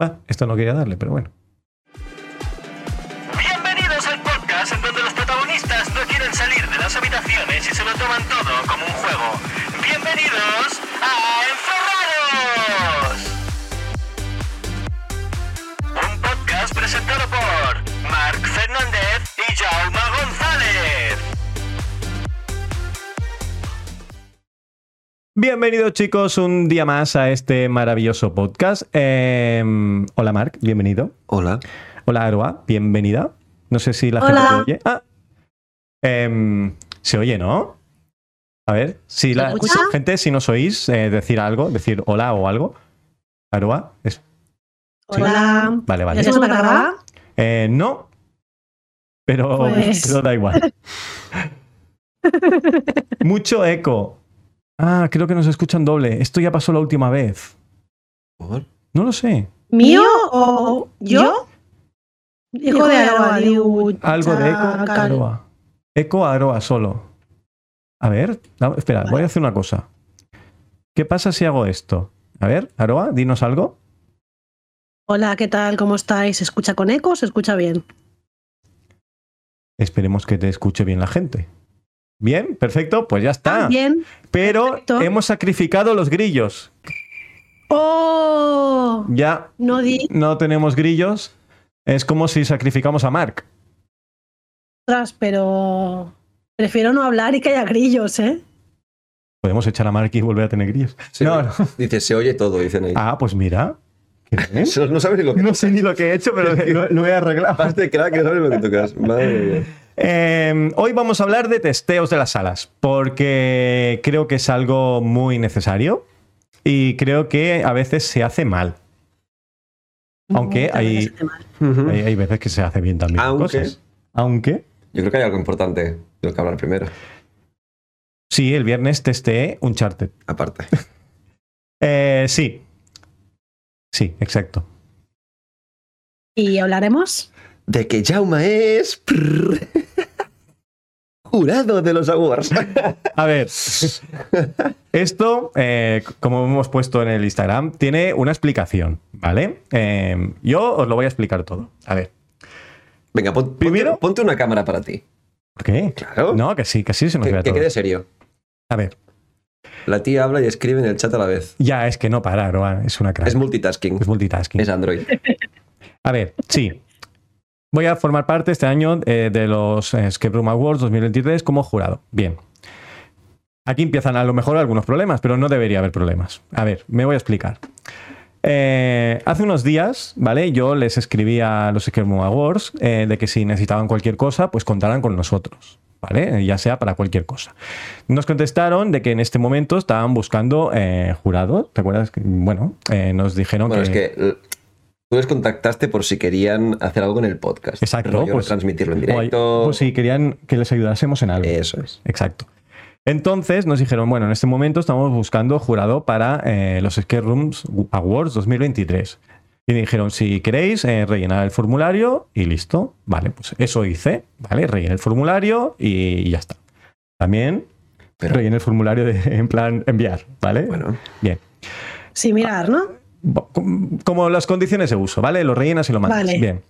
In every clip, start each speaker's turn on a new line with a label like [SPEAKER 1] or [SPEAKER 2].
[SPEAKER 1] Ah, esto no quería darle, pero bueno.
[SPEAKER 2] Bienvenidos al podcast en donde los protagonistas no quieren salir de las habitaciones y se lo toman todo como un juego. Bienvenidos a Enferrados. Un podcast presentado por Marc Fernández y Jaume González.
[SPEAKER 1] Bienvenidos chicos un día más a este maravilloso podcast. Em, hola Marc, bienvenido.
[SPEAKER 3] Hola.
[SPEAKER 1] Hola Aroa, bienvenida. No sé si la
[SPEAKER 4] Hola.
[SPEAKER 1] gente te oye. Ah. Em, se oye, ¿no? A ver, si la
[SPEAKER 4] ¿Me escucha?
[SPEAKER 1] gente, si nos oís, eh, decir algo, decir hola o algo. Aroa, es-
[SPEAKER 4] Hola.
[SPEAKER 1] vale, vale.
[SPEAKER 4] ¿Ya se me acaba?
[SPEAKER 1] Eh, no, pero,
[SPEAKER 4] Pues-
[SPEAKER 1] pero da igual. Mucho eco. Ah, creo que nos escuchan doble. Esto ya pasó la última vez.
[SPEAKER 3] Por-
[SPEAKER 1] No lo sé.
[SPEAKER 4] ¿Mío o yo? Hijo de Aroa, digo.
[SPEAKER 1] Algo de eco
[SPEAKER 4] chacal.
[SPEAKER 1] Aroa. Eco Aroa solo. A ver, da- espera, voy a hacer una cosa. ¿Qué pasa si hago esto? A ver, Aroa, dinos algo.
[SPEAKER 4] Hola, ¿qué tal? ¿Cómo estáis? ¿Se escucha con eco o se escucha bien?
[SPEAKER 1] Esperemos que te escuche bien la gente. Bien, perfecto, pues ya está.
[SPEAKER 4] Ah, ¿Bien?
[SPEAKER 1] Pero
[SPEAKER 4] perfecto.
[SPEAKER 1] hemos sacrificado los grillos.
[SPEAKER 4] ¡Oh!
[SPEAKER 1] Ya
[SPEAKER 4] No di.
[SPEAKER 1] no tenemos grillos, es como si sacrificamos a Mark.
[SPEAKER 4] Ostras, pero. Prefiero no hablar y que haya grillos, ¿eh?
[SPEAKER 1] Podemos echar a Mark y volver a tener grillos.
[SPEAKER 3] Se
[SPEAKER 1] No,
[SPEAKER 3] oye- Dice, se oye todo, dicen ahí.
[SPEAKER 1] Ah, pues mira. ¿Qué bien.
[SPEAKER 3] No, no sabes ni lo que
[SPEAKER 1] No sé ni lo que he hecho, pero lo, lo he arreglado.
[SPEAKER 3] Aparte, crack, no sabes lo que tocas. Madre mía.
[SPEAKER 1] Eh, hoy vamos a hablar de testeos de las salas, porque creo que es algo muy necesario y creo que a veces se hace mal. Aunque
[SPEAKER 4] Tal vez
[SPEAKER 1] hay,
[SPEAKER 4] esté mal.
[SPEAKER 1] hay, hay veces que se hace bien también.
[SPEAKER 3] Aunque.
[SPEAKER 1] Cosas. Aunque.
[SPEAKER 3] Yo creo que hay algo importante de lo que hablar primero.
[SPEAKER 1] Sí, el viernes testeé un charter.
[SPEAKER 3] Aparte.
[SPEAKER 1] Eh, sí. Sí, exacto.
[SPEAKER 4] ¿Y hablaremos?
[SPEAKER 3] De que Jauma es. prrr, jurado de los awards.
[SPEAKER 1] A ver, esto, eh, como hemos puesto en el Instagram, tiene una explicación, ¿vale? Eh, yo os lo voy a explicar todo. A ver,
[SPEAKER 3] Venga, pon- ponte,
[SPEAKER 1] Primero-
[SPEAKER 3] ponte una cámara para ti.
[SPEAKER 1] ¿por qué?
[SPEAKER 3] Claro.
[SPEAKER 1] No, que sí, que sí se nos
[SPEAKER 3] que,
[SPEAKER 1] vea
[SPEAKER 3] que
[SPEAKER 1] todo.
[SPEAKER 3] quede serio.
[SPEAKER 1] A ver,
[SPEAKER 3] La tía habla y escribe en el chat a la vez.
[SPEAKER 1] ya es que no para, Aroa, es una crack.
[SPEAKER 3] Es multitasking.
[SPEAKER 1] Es multitasking.
[SPEAKER 3] Es Android.
[SPEAKER 1] A ver, sí. Voy a formar parte este año eh, de los eh, Escape Room Awards 2023 como jurado. Bien. Aquí empiezan a lo mejor algunos problemas, pero no debería haber problemas. A ver, me voy a explicar. Eh, hace unos días, ¿vale? Yo les escribí a los Escape Room Awards eh, de que si necesitaban cualquier cosa, pues contaran con nosotros, ¿vale? Ya sea para cualquier cosa. Nos contestaron de que en este momento estaban buscando eh, jurados, ¿te acuerdas? que- Bueno, eh, nos dijeron
[SPEAKER 3] Bueno, es que l- tú les contactaste por si querían hacer algo en el podcast.
[SPEAKER 1] Exacto,
[SPEAKER 3] Rollo,
[SPEAKER 1] pues-
[SPEAKER 3] transmitirlo en
[SPEAKER 1] Guay.
[SPEAKER 3] directo.
[SPEAKER 1] Pues sí, querían que les ayudásemos en algo.
[SPEAKER 3] Eso es.
[SPEAKER 1] Exacto. Entonces nos dijeron, bueno, en este momento estamos buscando jurado para eh, los Escape Rooms Awards 2023. Y me dijeron, si queréis, eh, rellenar el formulario y listo. Vale, pues eso hice, ¿vale? Rellené el formulario y ya está. También
[SPEAKER 3] Pero-
[SPEAKER 1] rellené el formulario de- en plan enviar, ¿vale?
[SPEAKER 3] Bueno,
[SPEAKER 1] Bien.
[SPEAKER 4] Sin mirar, ¿no?
[SPEAKER 1] Bo- com- como las condiciones de uso, ¿vale? Lo rellenas y lo mandas.
[SPEAKER 4] Vale.
[SPEAKER 1] Bien.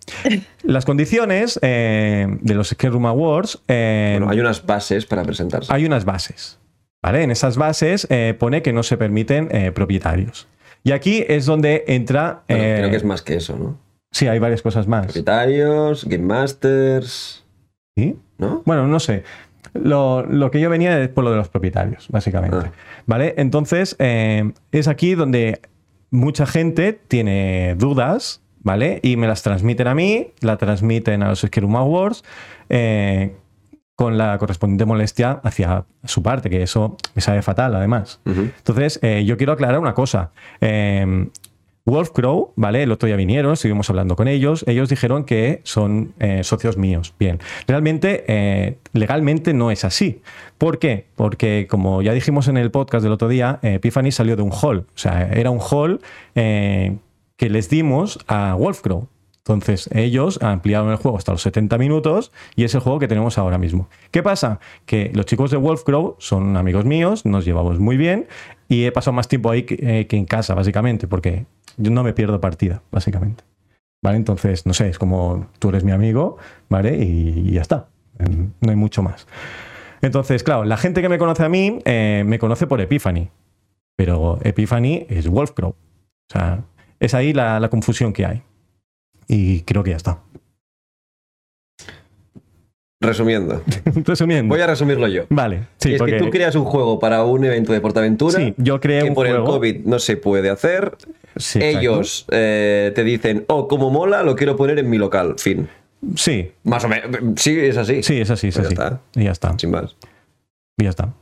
[SPEAKER 1] Las condiciones eh, de los Escape Room Awards... eh,
[SPEAKER 3] bueno, hay unas bases para presentarse.
[SPEAKER 1] hay unas bases. ¿Vale? En esas bases eh, pone que no se permiten eh, propietarios. Y aquí es donde entra.
[SPEAKER 3] Bueno,
[SPEAKER 1] eh,
[SPEAKER 3] creo que es más que eso, ¿no?
[SPEAKER 1] Sí, hay varias cosas más.
[SPEAKER 3] Propietarios, Game Masters,
[SPEAKER 1] ¿Sí?
[SPEAKER 3] ¿no?
[SPEAKER 1] Bueno, no sé. Lo, lo que yo venía es por lo de los propietarios, básicamente.
[SPEAKER 3] Ah.
[SPEAKER 1] ¿Vale? Entonces, eh, es aquí donde mucha gente tiene dudas, ¿vale? Y me las transmiten a mí, la transmiten a los Skirum Awards, eh, con la correspondiente molestia hacia su parte, que eso me sabe fatal, además.
[SPEAKER 3] Ujú.
[SPEAKER 1] Entonces, eh, yo quiero aclarar una cosa. Eh, Wolf Crow, ¿vale? El otro día vinieron, estuvimos hablando con ellos. Ellos dijeron que son eh, socios míos. Bien. Realmente, eh, legalmente no es así. ¿Por qué? Porque, como ya dijimos en el podcast del otro día, eh, Epiphany salió de un hall. O sea, era un hall eh, que les dimos a Wolf Crow. Entonces, ellos ampliaron el juego hasta los 70 minutos y es el juego que tenemos ahora mismo. ¿Qué pasa? Que los chicos de Wolfcrow son amigos míos, nos llevamos muy bien y he pasado más tiempo ahí que, eh, que en casa, básicamente, porque yo no me pierdo partida, básicamente. ¿Vale? Entonces, no sé, es como tú eres mi amigo, ¿vale? Y, y ya está. Em, No hay mucho más. Entonces, claro, la gente que me conoce a mí eh, me conoce por Epiphany, pero Epiphany es Wolfcrow. O sea, es ahí la, la confusión que hay. Y creo que ya está.
[SPEAKER 3] Resumiendo.
[SPEAKER 1] Resumiendo.
[SPEAKER 3] Voy a resumirlo yo.
[SPEAKER 1] Vale, sí,
[SPEAKER 3] Y es
[SPEAKER 1] porque
[SPEAKER 3] que tú creas un juego para un evento de Portaventura
[SPEAKER 1] sí, yo creé
[SPEAKER 3] que
[SPEAKER 1] un
[SPEAKER 3] por el
[SPEAKER 1] juego.
[SPEAKER 3] COVID no se puede hacer.
[SPEAKER 1] Sí, exacto.
[SPEAKER 3] Ellos eh, te dicen, oh, como mola, lo quiero poner en mi local. Fin.
[SPEAKER 1] Sí,
[SPEAKER 3] Más o menos. Sí, es así.
[SPEAKER 1] sí, es así, es
[SPEAKER 3] Pues
[SPEAKER 1] así.
[SPEAKER 3] ya está.
[SPEAKER 1] Y ya está.
[SPEAKER 3] Sin más.
[SPEAKER 1] Y ya está.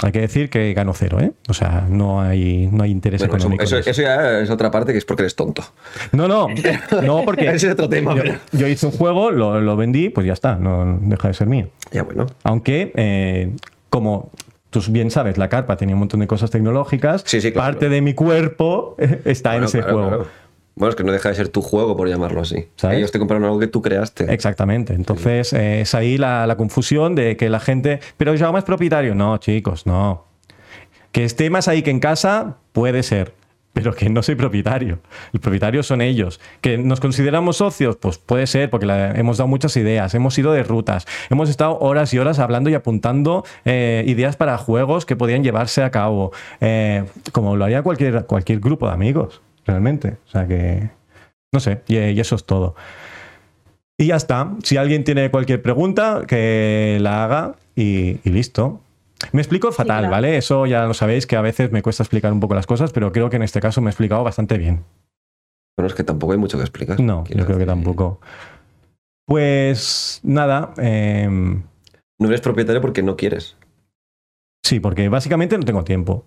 [SPEAKER 1] Hay que decir que ganó cero, ¿eh? O sea, no hay, no hay interés
[SPEAKER 3] Bueno, eso,
[SPEAKER 1] económico. en
[SPEAKER 3] eso-
[SPEAKER 1] eso.
[SPEAKER 3] eso ya es otra parte que es porque eres tonto.
[SPEAKER 1] No, no, no, porque
[SPEAKER 3] Ese es otro tema,
[SPEAKER 1] yo,
[SPEAKER 3] pero-
[SPEAKER 1] yo hice un juego, lo, lo vendí, pues ya está, no deja de ser mío.
[SPEAKER 3] Ya bueno.
[SPEAKER 1] Aunque, eh, como tú bien sabes, la carpa tenía un montón de cosas tecnológicas,
[SPEAKER 3] Sí, sí, claro.
[SPEAKER 1] parte de mi cuerpo está en
[SPEAKER 3] Bueno,
[SPEAKER 1] ese
[SPEAKER 3] claro,
[SPEAKER 1] juego.
[SPEAKER 3] claro. Bueno, es que no deja de ser tu juego, por llamarlo así.
[SPEAKER 1] ¿Sabes?
[SPEAKER 3] Ellos te compraron algo que tú creaste.
[SPEAKER 1] Exactamente. Entonces, eh, es ahí la, la confusión de que la gente. Pero Jaume es propietario. No, chicos, no. Que esté más ahí que en casa, puede ser. Pero que no soy propietario. El propietario son ellos. Que nos consideramos socios, pues puede ser, porque la- hemos dado muchas ideas, hemos ido de rutas, hemos estado horas y horas hablando y apuntando eh, ideas para juegos que podían llevarse a cabo. eh, como lo haría cualquier, cualquier grupo de amigos, realmente. O sea que. No sé, y- y eso es todo. Y ya está. Si alguien tiene cualquier pregunta, que la haga y, y listo. Me explico fatal,
[SPEAKER 4] claro.
[SPEAKER 1] ¿vale? Eso ya lo sabéis que a veces me cuesta explicar un poco las cosas, pero creo que en este caso me he explicado bastante bien.
[SPEAKER 3] Bueno, es que tampoco hay mucho que explicar.
[SPEAKER 1] No,
[SPEAKER 3] Quiero
[SPEAKER 1] yo creo que
[SPEAKER 3] decir,
[SPEAKER 1] tampoco. Pues nada, em,
[SPEAKER 3] No eres propietario porque no quieres.
[SPEAKER 1] Sí, porque básicamente no tengo tiempo.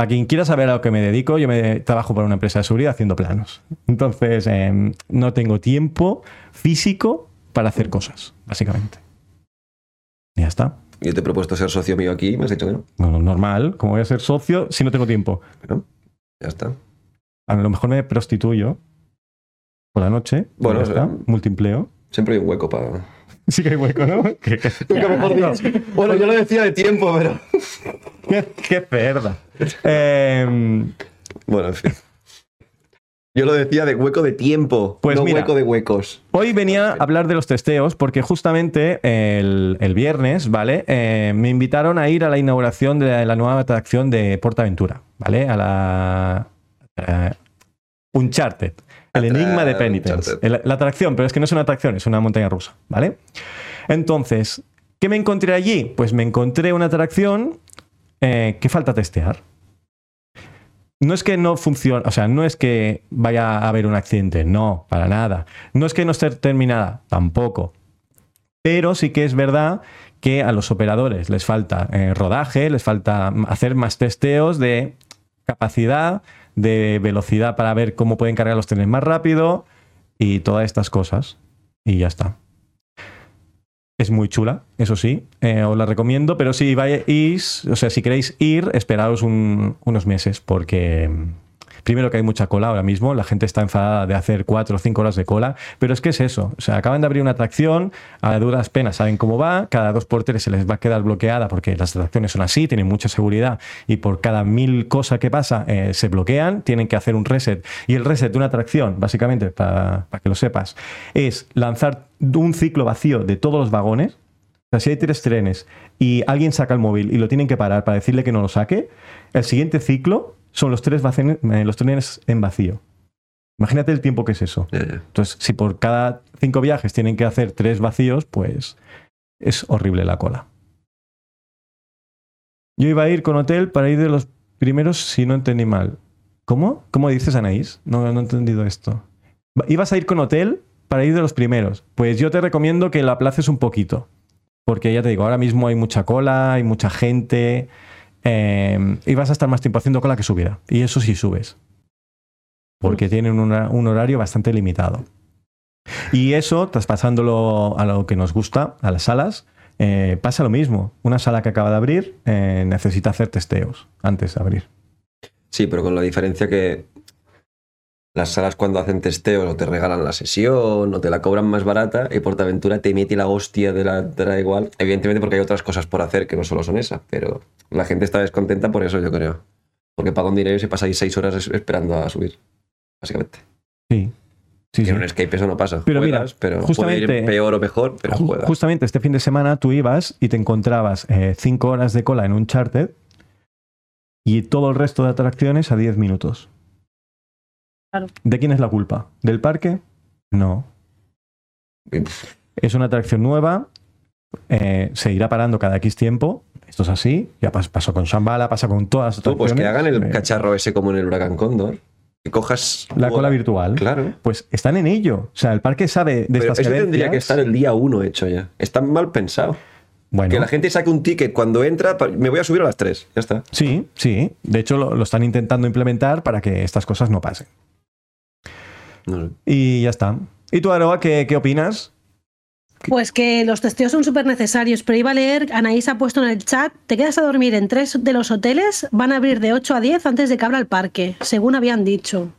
[SPEAKER 1] A quien quiera saber a lo que me dedico, yo me trabajo para una empresa de seguridad haciendo planos. Entonces, em, no tengo tiempo físico para hacer cosas, básicamente. Y ya está.
[SPEAKER 3] Yo te he propuesto ser socio mío aquí y me has dicho que no.
[SPEAKER 1] No, no, normal, como voy a ser socio si no tengo tiempo.
[SPEAKER 3] Ya está.
[SPEAKER 1] A lo mejor me prostituyo por la noche.
[SPEAKER 3] Bueno,
[SPEAKER 1] Bueno, ya está,
[SPEAKER 3] eh.
[SPEAKER 1] multiempleo.
[SPEAKER 3] Siempre hay un hueco para.
[SPEAKER 1] Sí que hay hueco, ¿no? Qué, qué-
[SPEAKER 3] Bueno, yo lo decía de tiempo, pero.
[SPEAKER 1] qué- qué cerda. Em,
[SPEAKER 3] Bueno, en fin. Yo lo decía de hueco de tiempo.
[SPEAKER 1] Pues
[SPEAKER 3] no
[SPEAKER 1] mira.
[SPEAKER 3] hueco de huecos.
[SPEAKER 1] Hoy venía a hablar de los testeos porque justamente el, el viernes, ¿vale? Eh, me invitaron a ir a la inauguración de la, la nueva atracción de PortAventura, ¿vale? A la... eh, Uncharted. El
[SPEAKER 3] Atra-
[SPEAKER 1] enigma de Penitence.
[SPEAKER 3] Uncharted.
[SPEAKER 1] El- la atracción, pero es que no es una atracción, es una montaña rusa, ¿vale? Entonces, ¿qué me encontré allí? Pues me encontré una atracción eh, que falta testear. No es que no funcione, o sea, no es que vaya a haber un accidente, no, para nada. No es que no esté terminada, tampoco. Pero sí que es verdad que a los operadores les falta eh, rodaje, les falta m- hacer más testeos de capacidad, de velocidad para ver cómo pueden cargar los trenes más rápido y todas estas cosas. Y ya está. Es muy chula, eso sí, eh, os la recomiendo, pero si vais, o sea, si queréis ir, esperaos un- unos meses, porque mm, primero que hay mucha cola ahora mismo, la gente está enfadada de hacer cuatro o cinco horas de cola, pero es que es eso, o sea, acaban de abrir una atracción, a duras penas saben cómo va, cada dos por tres se les va a quedar bloqueada, porque las atracciones son así, tienen mucha seguridad, y por cada mil cosas que pasa eh, se bloquean, tienen que hacer un reset, y el reset de una atracción, básicamente, para, para que lo sepas, es lanzar un ciclo vacío de todos los vagones, o sea, si hay tres trenes y alguien saca el móvil y lo tienen que parar para decirle que no lo saque, el siguiente ciclo son los tres vacen- eh, los trenes en vacío. Imagínate el tiempo que es eso.
[SPEAKER 3] Ya, ya.
[SPEAKER 1] Entonces, si por cada cinco viajes tienen que hacer tres vacíos, pues es horrible la cola. Yo iba a ir con hotel para ir de los primeros si no entendí mal. ¿Cómo? ¿Cómo dices, Anaís? No, no he entendido esto. Va- Ibas a ir con hotel para ir de los primeros. Pues yo te recomiendo que la aplaces un poquito. Porque ya te digo, ahora mismo hay mucha cola, hay mucha gente. eh, y vas a estar más tiempo haciendo cola que subida. Y eso sí subes porque tienen una- un horario bastante limitado. Y eso, traspasándolo a lo que nos gusta, a las salas, eh, pasa lo mismo. Una sala que acaba de abrir eh, necesita hacer testeos antes de abrir.
[SPEAKER 3] Sí, pero con la diferencia que. Las salas cuando hacen testeos o te regalan la sesión o te la cobran más barata y PortAventura te mete la hostia de la, de la igual. Evidentemente porque hay otras cosas por hacer que no solo son esas, pero la gente está descontenta por eso yo creo. Porque paga un dinero y se pasa ahí seis horas es- esperando a subir, básicamente.
[SPEAKER 1] Sí. Sí,
[SPEAKER 3] Y
[SPEAKER 1] sí.
[SPEAKER 3] en un escape eso no pasa.
[SPEAKER 1] Pero mira,
[SPEAKER 3] Juegas, pero puede
[SPEAKER 1] justamente-
[SPEAKER 3] ir peor o mejor, pero
[SPEAKER 1] Ju-
[SPEAKER 3] juegas.
[SPEAKER 1] Justamente este fin de semana tú ibas y te encontrabas eh, cinco horas de cola en un charter y todo el resto de atracciones a 10 minutos.
[SPEAKER 4] Claro.
[SPEAKER 1] ¿De quién es la culpa? ¿Del parque? No.
[SPEAKER 3] Y,
[SPEAKER 1] Es una atracción nueva, eh, se irá parando cada X tiempo. Esto es así. Ya pas- pasó con Shambhala, pasa con todas las
[SPEAKER 3] Tú,
[SPEAKER 1] atracciones.
[SPEAKER 3] pues que hagan el
[SPEAKER 1] Eh,
[SPEAKER 3] cacharro ese como en el huracán Cóndor. Que cojas
[SPEAKER 1] La cola virtual.
[SPEAKER 3] Claro.
[SPEAKER 1] Pues están en ello. O sea, el parque sabe de
[SPEAKER 3] Pero
[SPEAKER 1] estas
[SPEAKER 3] eso tendría
[SPEAKER 1] carencias.
[SPEAKER 3] que estar el día uno hecho ya. Está mal pensado.
[SPEAKER 1] Bueno.
[SPEAKER 3] Que la gente saque un ticket cuando entra, pa- me voy a subir a las 3. Ya está.
[SPEAKER 1] Sí, sí. De hecho, lo, lo están intentando implementar para que estas cosas no pasen.
[SPEAKER 3] No sé.
[SPEAKER 1] Y ya está. ¿Y tú, Aroa, qué, qué opinas?
[SPEAKER 4] Pues que los testeos son súper necesarios, pero iba a leer, Anaís ha puesto en el chat, te quedas a dormir en tres de los hoteles, van a abrir de 8 a 10 antes de que abra el parque, según habían dicho.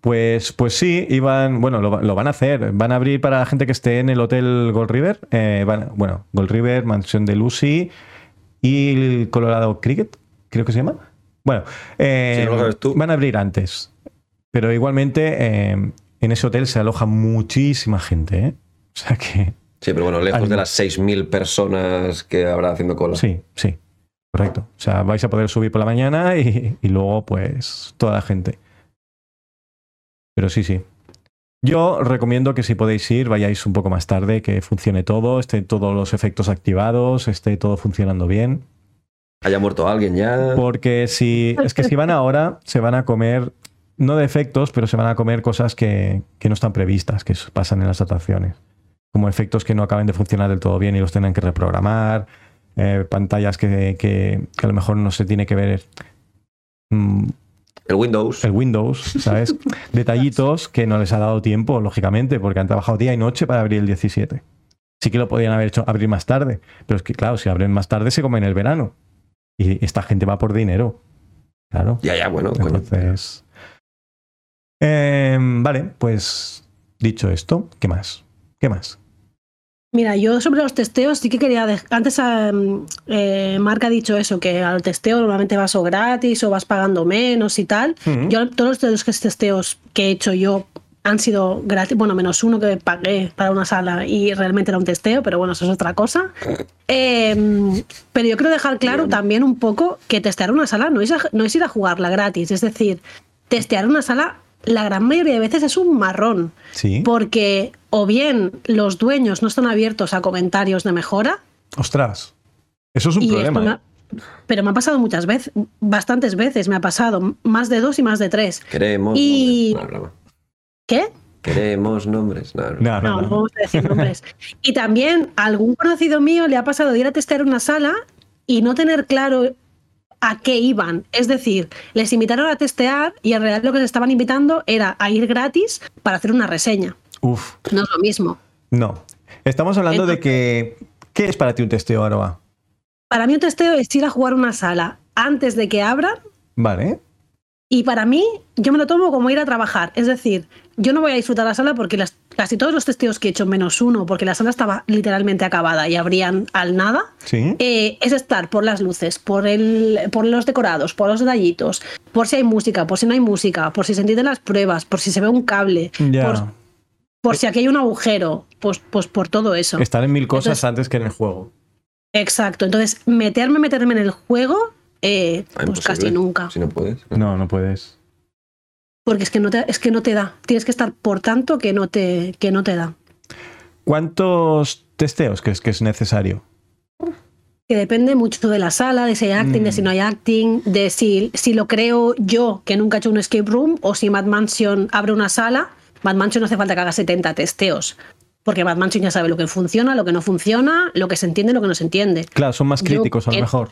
[SPEAKER 1] Pues, pues sí, iban, bueno, lo, va- lo van a hacer. Van a abrir para la gente que esté en el hotel Gold River. eh, van- bueno, Gold River, Mansión de Lucy y el Colorado Cricket, creo que se llama. Bueno, eh,
[SPEAKER 3] Sí, no lo sabes tú.
[SPEAKER 1] van a abrir antes. Pero igualmente eh, en ese hotel se aloja muchísima gente. ¿eh? O sea que...
[SPEAKER 3] Sí, pero bueno, lejos
[SPEAKER 1] Ánimo.
[SPEAKER 3] de las 6.000 personas que habrá haciendo cola.
[SPEAKER 1] Sí, sí. Correcto. O sea, vais a poder subir por la mañana y, y luego, pues, toda la gente. Pero sí, sí. Yo recomiendo que si podéis ir, vayáis un poco más tarde, que funcione todo, estén todos los efectos activados, esté todo funcionando bien.
[SPEAKER 3] Haya muerto alguien ya.
[SPEAKER 1] Porque si. Es que si van ahora, se van a comer. No defectos, pero se van a comer cosas que, que no están previstas, que s- pasan en las atracciones. Como efectos que no acaben de funcionar del todo bien y los tengan que reprogramar. eh, pantallas que, que- que a lo mejor no se tiene que ver mm,
[SPEAKER 3] El Windows.
[SPEAKER 1] el Windows, ¿sabes? Detallitos que no les ha dado tiempo, lógicamente, porque han trabajado día y noche para abrir el 17. Sí que lo podían haber hecho abrir más tarde, pero es que, claro, si abren más tarde se comen el verano. Y esta gente va por dinero. Claro.
[SPEAKER 3] Ya, ya,
[SPEAKER 4] Pues
[SPEAKER 3] bueno, coño.
[SPEAKER 1] Entonces. Em, vale, pues dicho esto, ¿qué más? ¿Qué más?
[SPEAKER 4] Mira, yo sobre los testeos sí que quería. dej- Antes em, eh, Marca ha dicho eso, que al testeo normalmente vas o gratis o vas pagando menos y tal. Yo todos los que- testeos que he hecho yo han sido gratis, bueno, menos uno que pagué para una sala y realmente era un testeo, pero bueno, eso es otra cosa. Eh, pero yo quiero dejar claro también un poco que testear una sala no es, a- no es ir a jugarla gratis, es decir, testear una sala la gran mayoría de veces es un marrón
[SPEAKER 1] sí.
[SPEAKER 4] porque o bien los dueños no están abiertos a comentarios de mejora
[SPEAKER 1] Ostras. Eso es un
[SPEAKER 4] y esto
[SPEAKER 1] problema.
[SPEAKER 4] me
[SPEAKER 1] ¿eh?
[SPEAKER 4] ha- pero me ha pasado muchas veces, bastantes veces me ha pasado, más de dos y más de tres.
[SPEAKER 3] Queremos.
[SPEAKER 4] Y-
[SPEAKER 3] nombres. No, broma.
[SPEAKER 4] ¿Qué?
[SPEAKER 3] Queremos nombres. No, Ah, broma.
[SPEAKER 1] No, Ah, no,
[SPEAKER 4] No,
[SPEAKER 1] no.
[SPEAKER 4] no vamos a decir nombres. Y también a algún conocido mío le ha pasado de ir a testear una sala y no tener claro a qué iban. Es decir, les invitaron a testear y en realidad lo que se estaban invitando era a ir gratis para hacer una reseña.
[SPEAKER 1] Uf.
[SPEAKER 4] No es lo mismo.
[SPEAKER 1] No. Estamos hablando de que. ¿Qué es para ti un testeo, Aroa?
[SPEAKER 4] Para mí un testeo es ir a jugar una sala antes de que abran
[SPEAKER 1] Vale.
[SPEAKER 4] Y para mí, yo me lo tomo como ir a trabajar. Es decir, yo no voy a disfrutar la sala porque las- casi todos los testeos que he hecho, menos uno, porque la sala estaba literalmente acabada y abrían al nada,
[SPEAKER 1] Sí.
[SPEAKER 4] eh, es estar por las luces, por, el, por los decorados, por los detallitos, por si hay música, por si no hay música, por si se entienden las pruebas, por si se ve un cable,
[SPEAKER 1] Ya.
[SPEAKER 4] por si aquí hay un agujero, pues, pues por todo eso.
[SPEAKER 1] Estar en mil cosas
[SPEAKER 4] Entonces-
[SPEAKER 1] antes que en el juego.
[SPEAKER 4] Exacto. Entonces, meterme, meterme en el juego, eh,
[SPEAKER 3] Ah,
[SPEAKER 4] pues
[SPEAKER 3] imposible.
[SPEAKER 4] casi nunca.
[SPEAKER 3] Si no puedes.
[SPEAKER 1] No, no puedes.
[SPEAKER 4] Porque es que no te, es que no te da. Tienes que estar por tanto que no te, que no te da.
[SPEAKER 1] ¿Cuántos testeos crees que es necesario?
[SPEAKER 4] que depende mucho de la sala, de si hay acting, de si no hay acting, de si, si lo creo yo, que nunca he hecho un escape room, o si Mad Mansion abre una sala. Mad Mansion no hace falta que haga 70 testeos, porque Mad Mansion ya sabe lo que funciona, lo que no funciona, lo que se entiende, lo que no se entiende,
[SPEAKER 1] Claro, son más
[SPEAKER 4] Yo
[SPEAKER 1] críticos a lo
[SPEAKER 4] que-
[SPEAKER 1] mejor.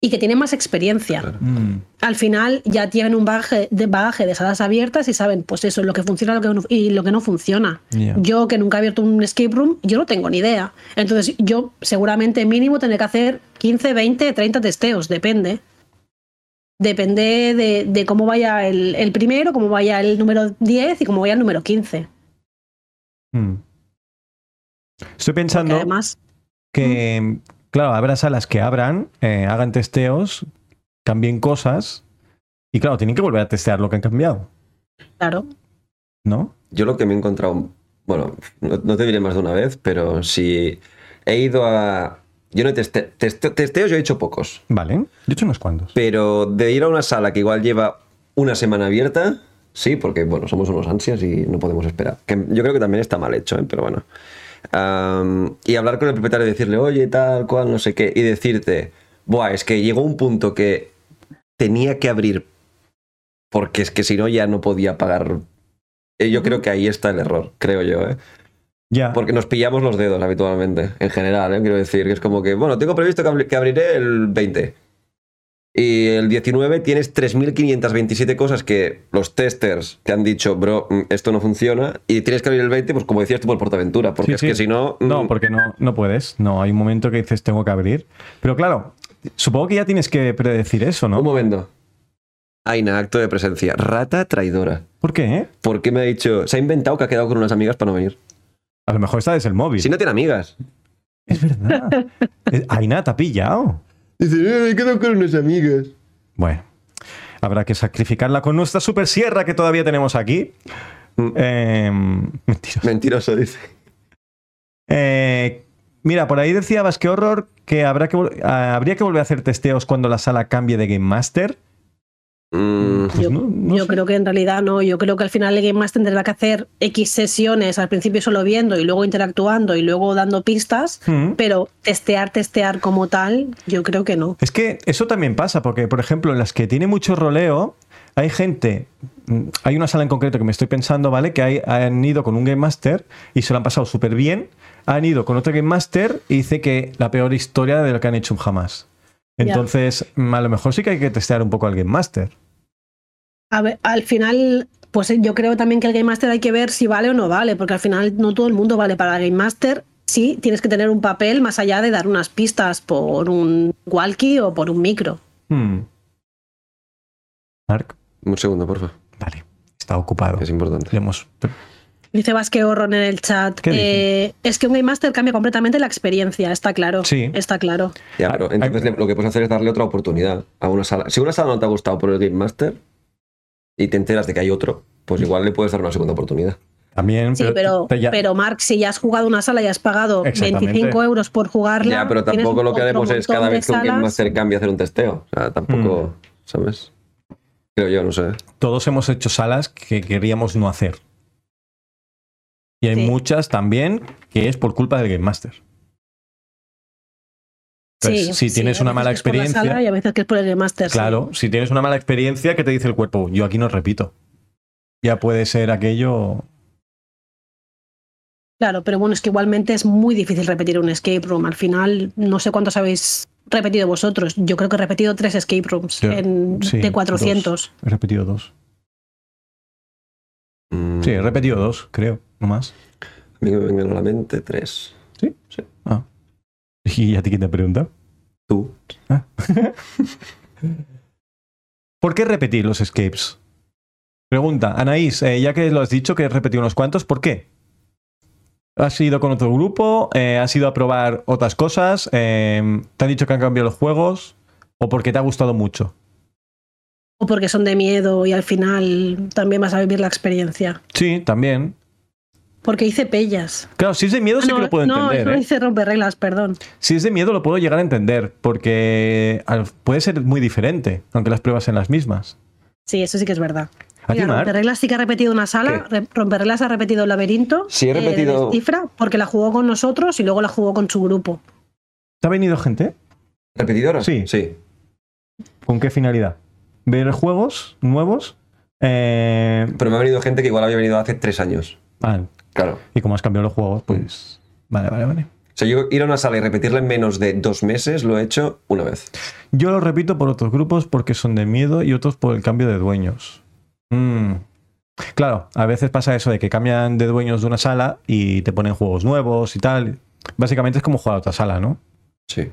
[SPEAKER 4] y que tiene más experiencia.
[SPEAKER 1] Mm,
[SPEAKER 4] Al final ya tienen un bagaje de, bagaje de salas abiertas y saben, pues eso, lo que funciona lo que no- y lo que no funciona.
[SPEAKER 1] ya.
[SPEAKER 4] Yo que nunca he abierto un escape room, yo no tengo ni idea. Entonces, yo seguramente mínimo tendré que hacer 15, 20, 30 testeos, depende. depende de, de cómo vaya el, el primero, cómo vaya el número 10 y cómo vaya el número 15.
[SPEAKER 1] Mm. Estoy
[SPEAKER 4] Porque
[SPEAKER 1] pensando
[SPEAKER 4] además, mm.
[SPEAKER 1] que, claro, habrá salas que abran, eh, hagan testeos, cambien cosas. Y claro, tienen que volver a testear lo que han cambiado,
[SPEAKER 4] claro,
[SPEAKER 1] ¿no?
[SPEAKER 3] Yo lo que me he encontrado, bueno, no, no te diré más de una vez, pero si he ido a... Yo no he teste, teste- testeos, yo he hecho pocos,
[SPEAKER 1] Vale. Yo he hecho unos cuantos.
[SPEAKER 3] pero de ir a una sala que igual lleva una semana abierta, sí, porque bueno, somos unos ansias y no podemos esperar. Que yo creo que también está mal hecho, ¿eh? pero bueno. Am, y hablar con el propietario y decirle, oye, tal, cual, no sé qué, y decirte, buah, es que llegó un punto que tenía que abrir porque es que si no ya no podía pagar. Eh, Yo creo que ahí está el error, creo yo, ¿eh?
[SPEAKER 1] Ya.
[SPEAKER 3] Porque nos pillamos los dedos habitualmente, en general, ¿eh? quiero decir, que es como que, bueno, tengo previsto que, abri- que abriré el 20. Y el 19 tienes 3.527 cosas que los testers te han dicho, bro, mm, esto no funciona, y tienes que abrir el 20, pues como decías tú por Portaventura, porque
[SPEAKER 1] Sí,
[SPEAKER 3] es
[SPEAKER 1] sí.
[SPEAKER 3] que si no... mm,
[SPEAKER 1] No, porque no, no puedes. No, hay un momento que dices tengo que abrir. Pero claro, supongo que ya tienes que predecir eso,
[SPEAKER 3] Un
[SPEAKER 1] ¿no?
[SPEAKER 3] momento. Aina, acto de presencia. Rata traidora.
[SPEAKER 1] ¿Por qué? eh?
[SPEAKER 3] ¿Por qué me ha dicho? Se ha inventado que ha quedado con unas amigas para no venir.
[SPEAKER 1] A lo mejor está desde el móvil.
[SPEAKER 3] Si no tiene amigas.
[SPEAKER 1] Es verdad. Eh, Aina, te ha pillado.
[SPEAKER 3] Dice, me he quedado con unas amigas.
[SPEAKER 1] Bueno, habrá que sacrificarla con nuestra super sierra que todavía tenemos aquí.
[SPEAKER 3] Mm.
[SPEAKER 1] Eh, mentiroso.
[SPEAKER 3] Mentiroso, dice.
[SPEAKER 1] Eh, mira, por ahí decía Basque Horror que, habrá que vol- ah, habría que volver a hacer testeos cuando la sala cambie de Game Master.
[SPEAKER 3] Mm,
[SPEAKER 1] Pues
[SPEAKER 4] yo,
[SPEAKER 1] no- no
[SPEAKER 4] yo
[SPEAKER 1] sé.
[SPEAKER 4] creo que en realidad no. Yo creo que al final el Game Master tendrá que hacer X sesiones, al principio solo viendo y luego interactuando y luego dando pistas,
[SPEAKER 1] Mm.
[SPEAKER 4] pero testear, testear como tal, yo creo que no.
[SPEAKER 1] Es que eso también pasa, porque, por ejemplo, en las que tiene mucho roleo, hay gente. mm, Hay una sala en concreto que me estoy pensando, ¿vale? Que hay- han ido con un Game Master y se lo han pasado súper bien. Han ido con otro Game Master y dice que la peor historia de lo que han hecho jamás.
[SPEAKER 4] Ya.
[SPEAKER 1] Entonces, mm, a lo mejor sí que hay que testear un poco al Game Master.
[SPEAKER 4] A ver, al final, pues yo creo también que el Game Master hay que ver si vale o no vale, porque al final no todo el mundo vale para el Game Master. Sí, tienes que tener un papel más allá de dar unas pistas por un walkie o por un micro.
[SPEAKER 1] Hmm. Mark,
[SPEAKER 3] un segundo, porfa.
[SPEAKER 1] vale, está ocupado.
[SPEAKER 3] Es importante.
[SPEAKER 1] Le hemos-
[SPEAKER 4] Dice Vasque Horror en el chat.
[SPEAKER 1] ¿Qué dice?
[SPEAKER 4] eh, es que un Game Master cambia completamente la experiencia, está claro.
[SPEAKER 1] Sí.
[SPEAKER 4] Está claro.
[SPEAKER 3] Ya, pero
[SPEAKER 1] Ah,
[SPEAKER 3] entonces
[SPEAKER 1] ah,
[SPEAKER 3] le- lo que puedes hacer es darle otra oportunidad a una sala. Si una sala no te ha gustado por el Game Master y te enteras de que hay otro, pues igual le puedes dar una segunda oportunidad.
[SPEAKER 1] También,
[SPEAKER 4] Sí, pero,
[SPEAKER 1] te- ya-
[SPEAKER 4] pero Mark, si ya has jugado una sala y has pagado
[SPEAKER 1] Exactamente.
[SPEAKER 4] 25 euros por jugarla.
[SPEAKER 3] ya, pero
[SPEAKER 4] tienes
[SPEAKER 3] tampoco lo que
[SPEAKER 4] otro
[SPEAKER 3] haremos es
[SPEAKER 4] montón
[SPEAKER 3] cada
[SPEAKER 4] de
[SPEAKER 3] vez que un Game
[SPEAKER 4] salas.
[SPEAKER 3] Master cambie hacer un testeo. O sea, tampoco, ¿sabes? Creo yo, no sé.
[SPEAKER 1] todos hemos hecho salas que queríamos no hacer. Y hay
[SPEAKER 4] Sí.
[SPEAKER 1] muchas también que es por culpa del Game Master. Pues, si tienes
[SPEAKER 4] a
[SPEAKER 1] una
[SPEAKER 4] veces
[SPEAKER 1] mala
[SPEAKER 4] que es por la
[SPEAKER 1] experiencia-
[SPEAKER 4] sala y a veces que es por el Game Master. sí.
[SPEAKER 1] Claro, si tienes una mala experiencia, ¿qué te dice el cuerpo? Yo aquí no repito. Ya puede ser aquello.
[SPEAKER 4] Claro, pero bueno, es que igualmente es muy difícil repetir un escape room. Al final, no sé cuántos habéis repetido vosotros. Yo creo que he repetido tres escape rooms
[SPEAKER 1] Yo-
[SPEAKER 4] en-
[SPEAKER 1] sí,
[SPEAKER 4] de 400.
[SPEAKER 1] He repetido dos.
[SPEAKER 3] Mm,
[SPEAKER 1] Sí, he repetido dos, creo, no más.
[SPEAKER 3] A mí que me vengan a la mente tres.
[SPEAKER 1] Ah. ¿Y a ti quién te pregunta?
[SPEAKER 3] Tú.
[SPEAKER 1] ¿Por qué repetir los escapes? Pregunta, Anaís, eh, ya que lo has dicho que has repetido unos cuantos, ¿por qué? ¿Has ido con otro grupo? Eh, ¿Has ido a probar otras cosas? Eh, ¿Te han dicho que han cambiado los juegos? ¿O porque te ha gustado mucho?
[SPEAKER 4] O porque son de miedo y al final también vas a vivir la experiencia.
[SPEAKER 1] Sí, también.
[SPEAKER 4] Porque hice pellas.
[SPEAKER 1] Claro, si es de miedo sí
[SPEAKER 4] Ah,
[SPEAKER 1] que lo puedo
[SPEAKER 4] no,
[SPEAKER 1] entender.
[SPEAKER 4] no
[SPEAKER 1] ¿eh?
[SPEAKER 4] hice romper reglas, perdón.
[SPEAKER 1] Si es de miedo lo puedo llegar a entender, porque al- puede ser muy diferente, aunque las pruebas sean las mismas.
[SPEAKER 4] Sí, eso sí que es verdad.
[SPEAKER 1] ¿A ti,
[SPEAKER 4] Mira,
[SPEAKER 1] Marc?
[SPEAKER 4] Romperreglas sí que ha repetido una sala. Re- Romperreglas ha repetido el laberinto.
[SPEAKER 3] Sí, he
[SPEAKER 4] eh, de
[SPEAKER 3] repetido-
[SPEAKER 4] Descifra, porque la jugó con nosotros y luego la jugó con su grupo.
[SPEAKER 1] ¿Te ha venido gente?
[SPEAKER 3] ¿Repetidora?
[SPEAKER 1] Sí.
[SPEAKER 3] Sí.
[SPEAKER 1] ¿Con qué finalidad? ¿Ver juegos nuevos? Eh,
[SPEAKER 3] Pero me ha venido gente que igual había venido hace tres años.
[SPEAKER 1] ah,
[SPEAKER 3] Claro.
[SPEAKER 1] Y como has cambiado los juegos, pues. Vale, vale, vale.
[SPEAKER 3] O sea, yo ir a una sala y repetirla en menos de dos meses lo he hecho una vez.
[SPEAKER 1] Yo lo repito por otros grupos porque son de miedo y otros por el cambio de dueños. Mm. Claro, a veces pasa eso de que cambian de dueños de una sala y te ponen juegos nuevos y tal. Básicamente es como jugar a otra sala, ¿no?
[SPEAKER 3] Sí.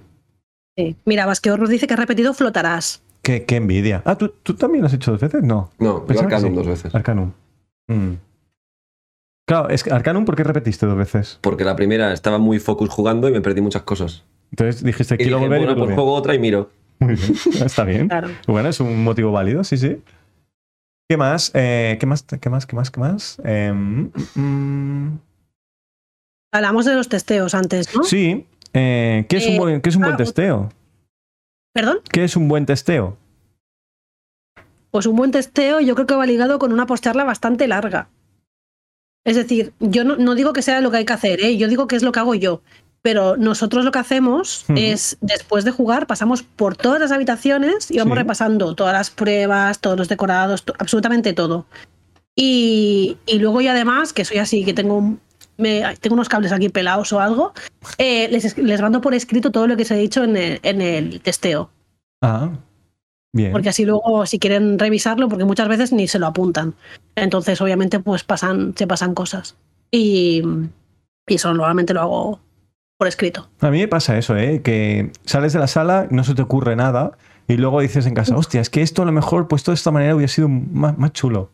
[SPEAKER 4] Sí. Mira, Vasqueor nos dice que ha repetido Flotarás.
[SPEAKER 1] Qué, qué envidia. Ah, ¿tú, ¿tú también has hecho dos veces? No.
[SPEAKER 3] No, yo
[SPEAKER 1] Pensaba que
[SPEAKER 3] Arcanum
[SPEAKER 1] sí.
[SPEAKER 3] dos veces.
[SPEAKER 1] Arcanum. Mm. Claro, es que Arcanum, ¿por qué repetiste dos veces?
[SPEAKER 3] Porque la primera estaba muy focus jugando y me perdí muchas cosas.
[SPEAKER 1] Entonces dijiste,
[SPEAKER 3] Y
[SPEAKER 1] quiero
[SPEAKER 3] dije,
[SPEAKER 1] volver y
[SPEAKER 3] bueno,
[SPEAKER 1] verlo
[SPEAKER 3] pues
[SPEAKER 1] bien.
[SPEAKER 3] juego otra y miro.
[SPEAKER 1] Muy bien. Está bien.
[SPEAKER 4] Claro.
[SPEAKER 1] Bueno, es un motivo válido, sí, sí. ¿Qué más? Eh, ¿Qué más? ¿Qué más? ¿Qué más? ¿Qué más? Em, mm,
[SPEAKER 4] Hablamos de los testeos antes, ¿no?
[SPEAKER 1] sí. eh, ¿Qué es un
[SPEAKER 4] Eh,
[SPEAKER 1] buen, qué es un buen
[SPEAKER 4] ah, otro-
[SPEAKER 1] testeo?
[SPEAKER 4] Perdón.
[SPEAKER 1] ¿Qué es un buen testeo?
[SPEAKER 4] Pues un buen testeo yo creo que va ligado con una postarla bastante larga. Es decir, yo no, no digo que sea lo que hay que hacer, ¿eh? yo digo que es lo que hago yo. Pero nosotros lo que hacemos
[SPEAKER 1] Ujú.
[SPEAKER 4] es, después de jugar, pasamos por todas las habitaciones y vamos
[SPEAKER 1] Sí.
[SPEAKER 4] repasando todas las pruebas, todos los decorados, to- absolutamente todo. Y, y luego y además, que soy así, que tengo, un- me- ay, tengo unos cables aquí pelados o algo, eh, les, es- les mando por escrito todo lo que se ha dicho en el- en el testeo.
[SPEAKER 1] Ah, bien.
[SPEAKER 4] Porque así luego, si quieren revisarlo, porque muchas veces ni se lo apuntan. Entonces, obviamente, pues pasan, se pasan cosas. Y, y eso normalmente lo hago por escrito.
[SPEAKER 1] A mí me pasa eso, ¿eh? Que sales de la sala, no se te ocurre nada y luego dices en casa, hostia, es que esto a lo mejor puesto de esta manera hubiera sido más, más chulo.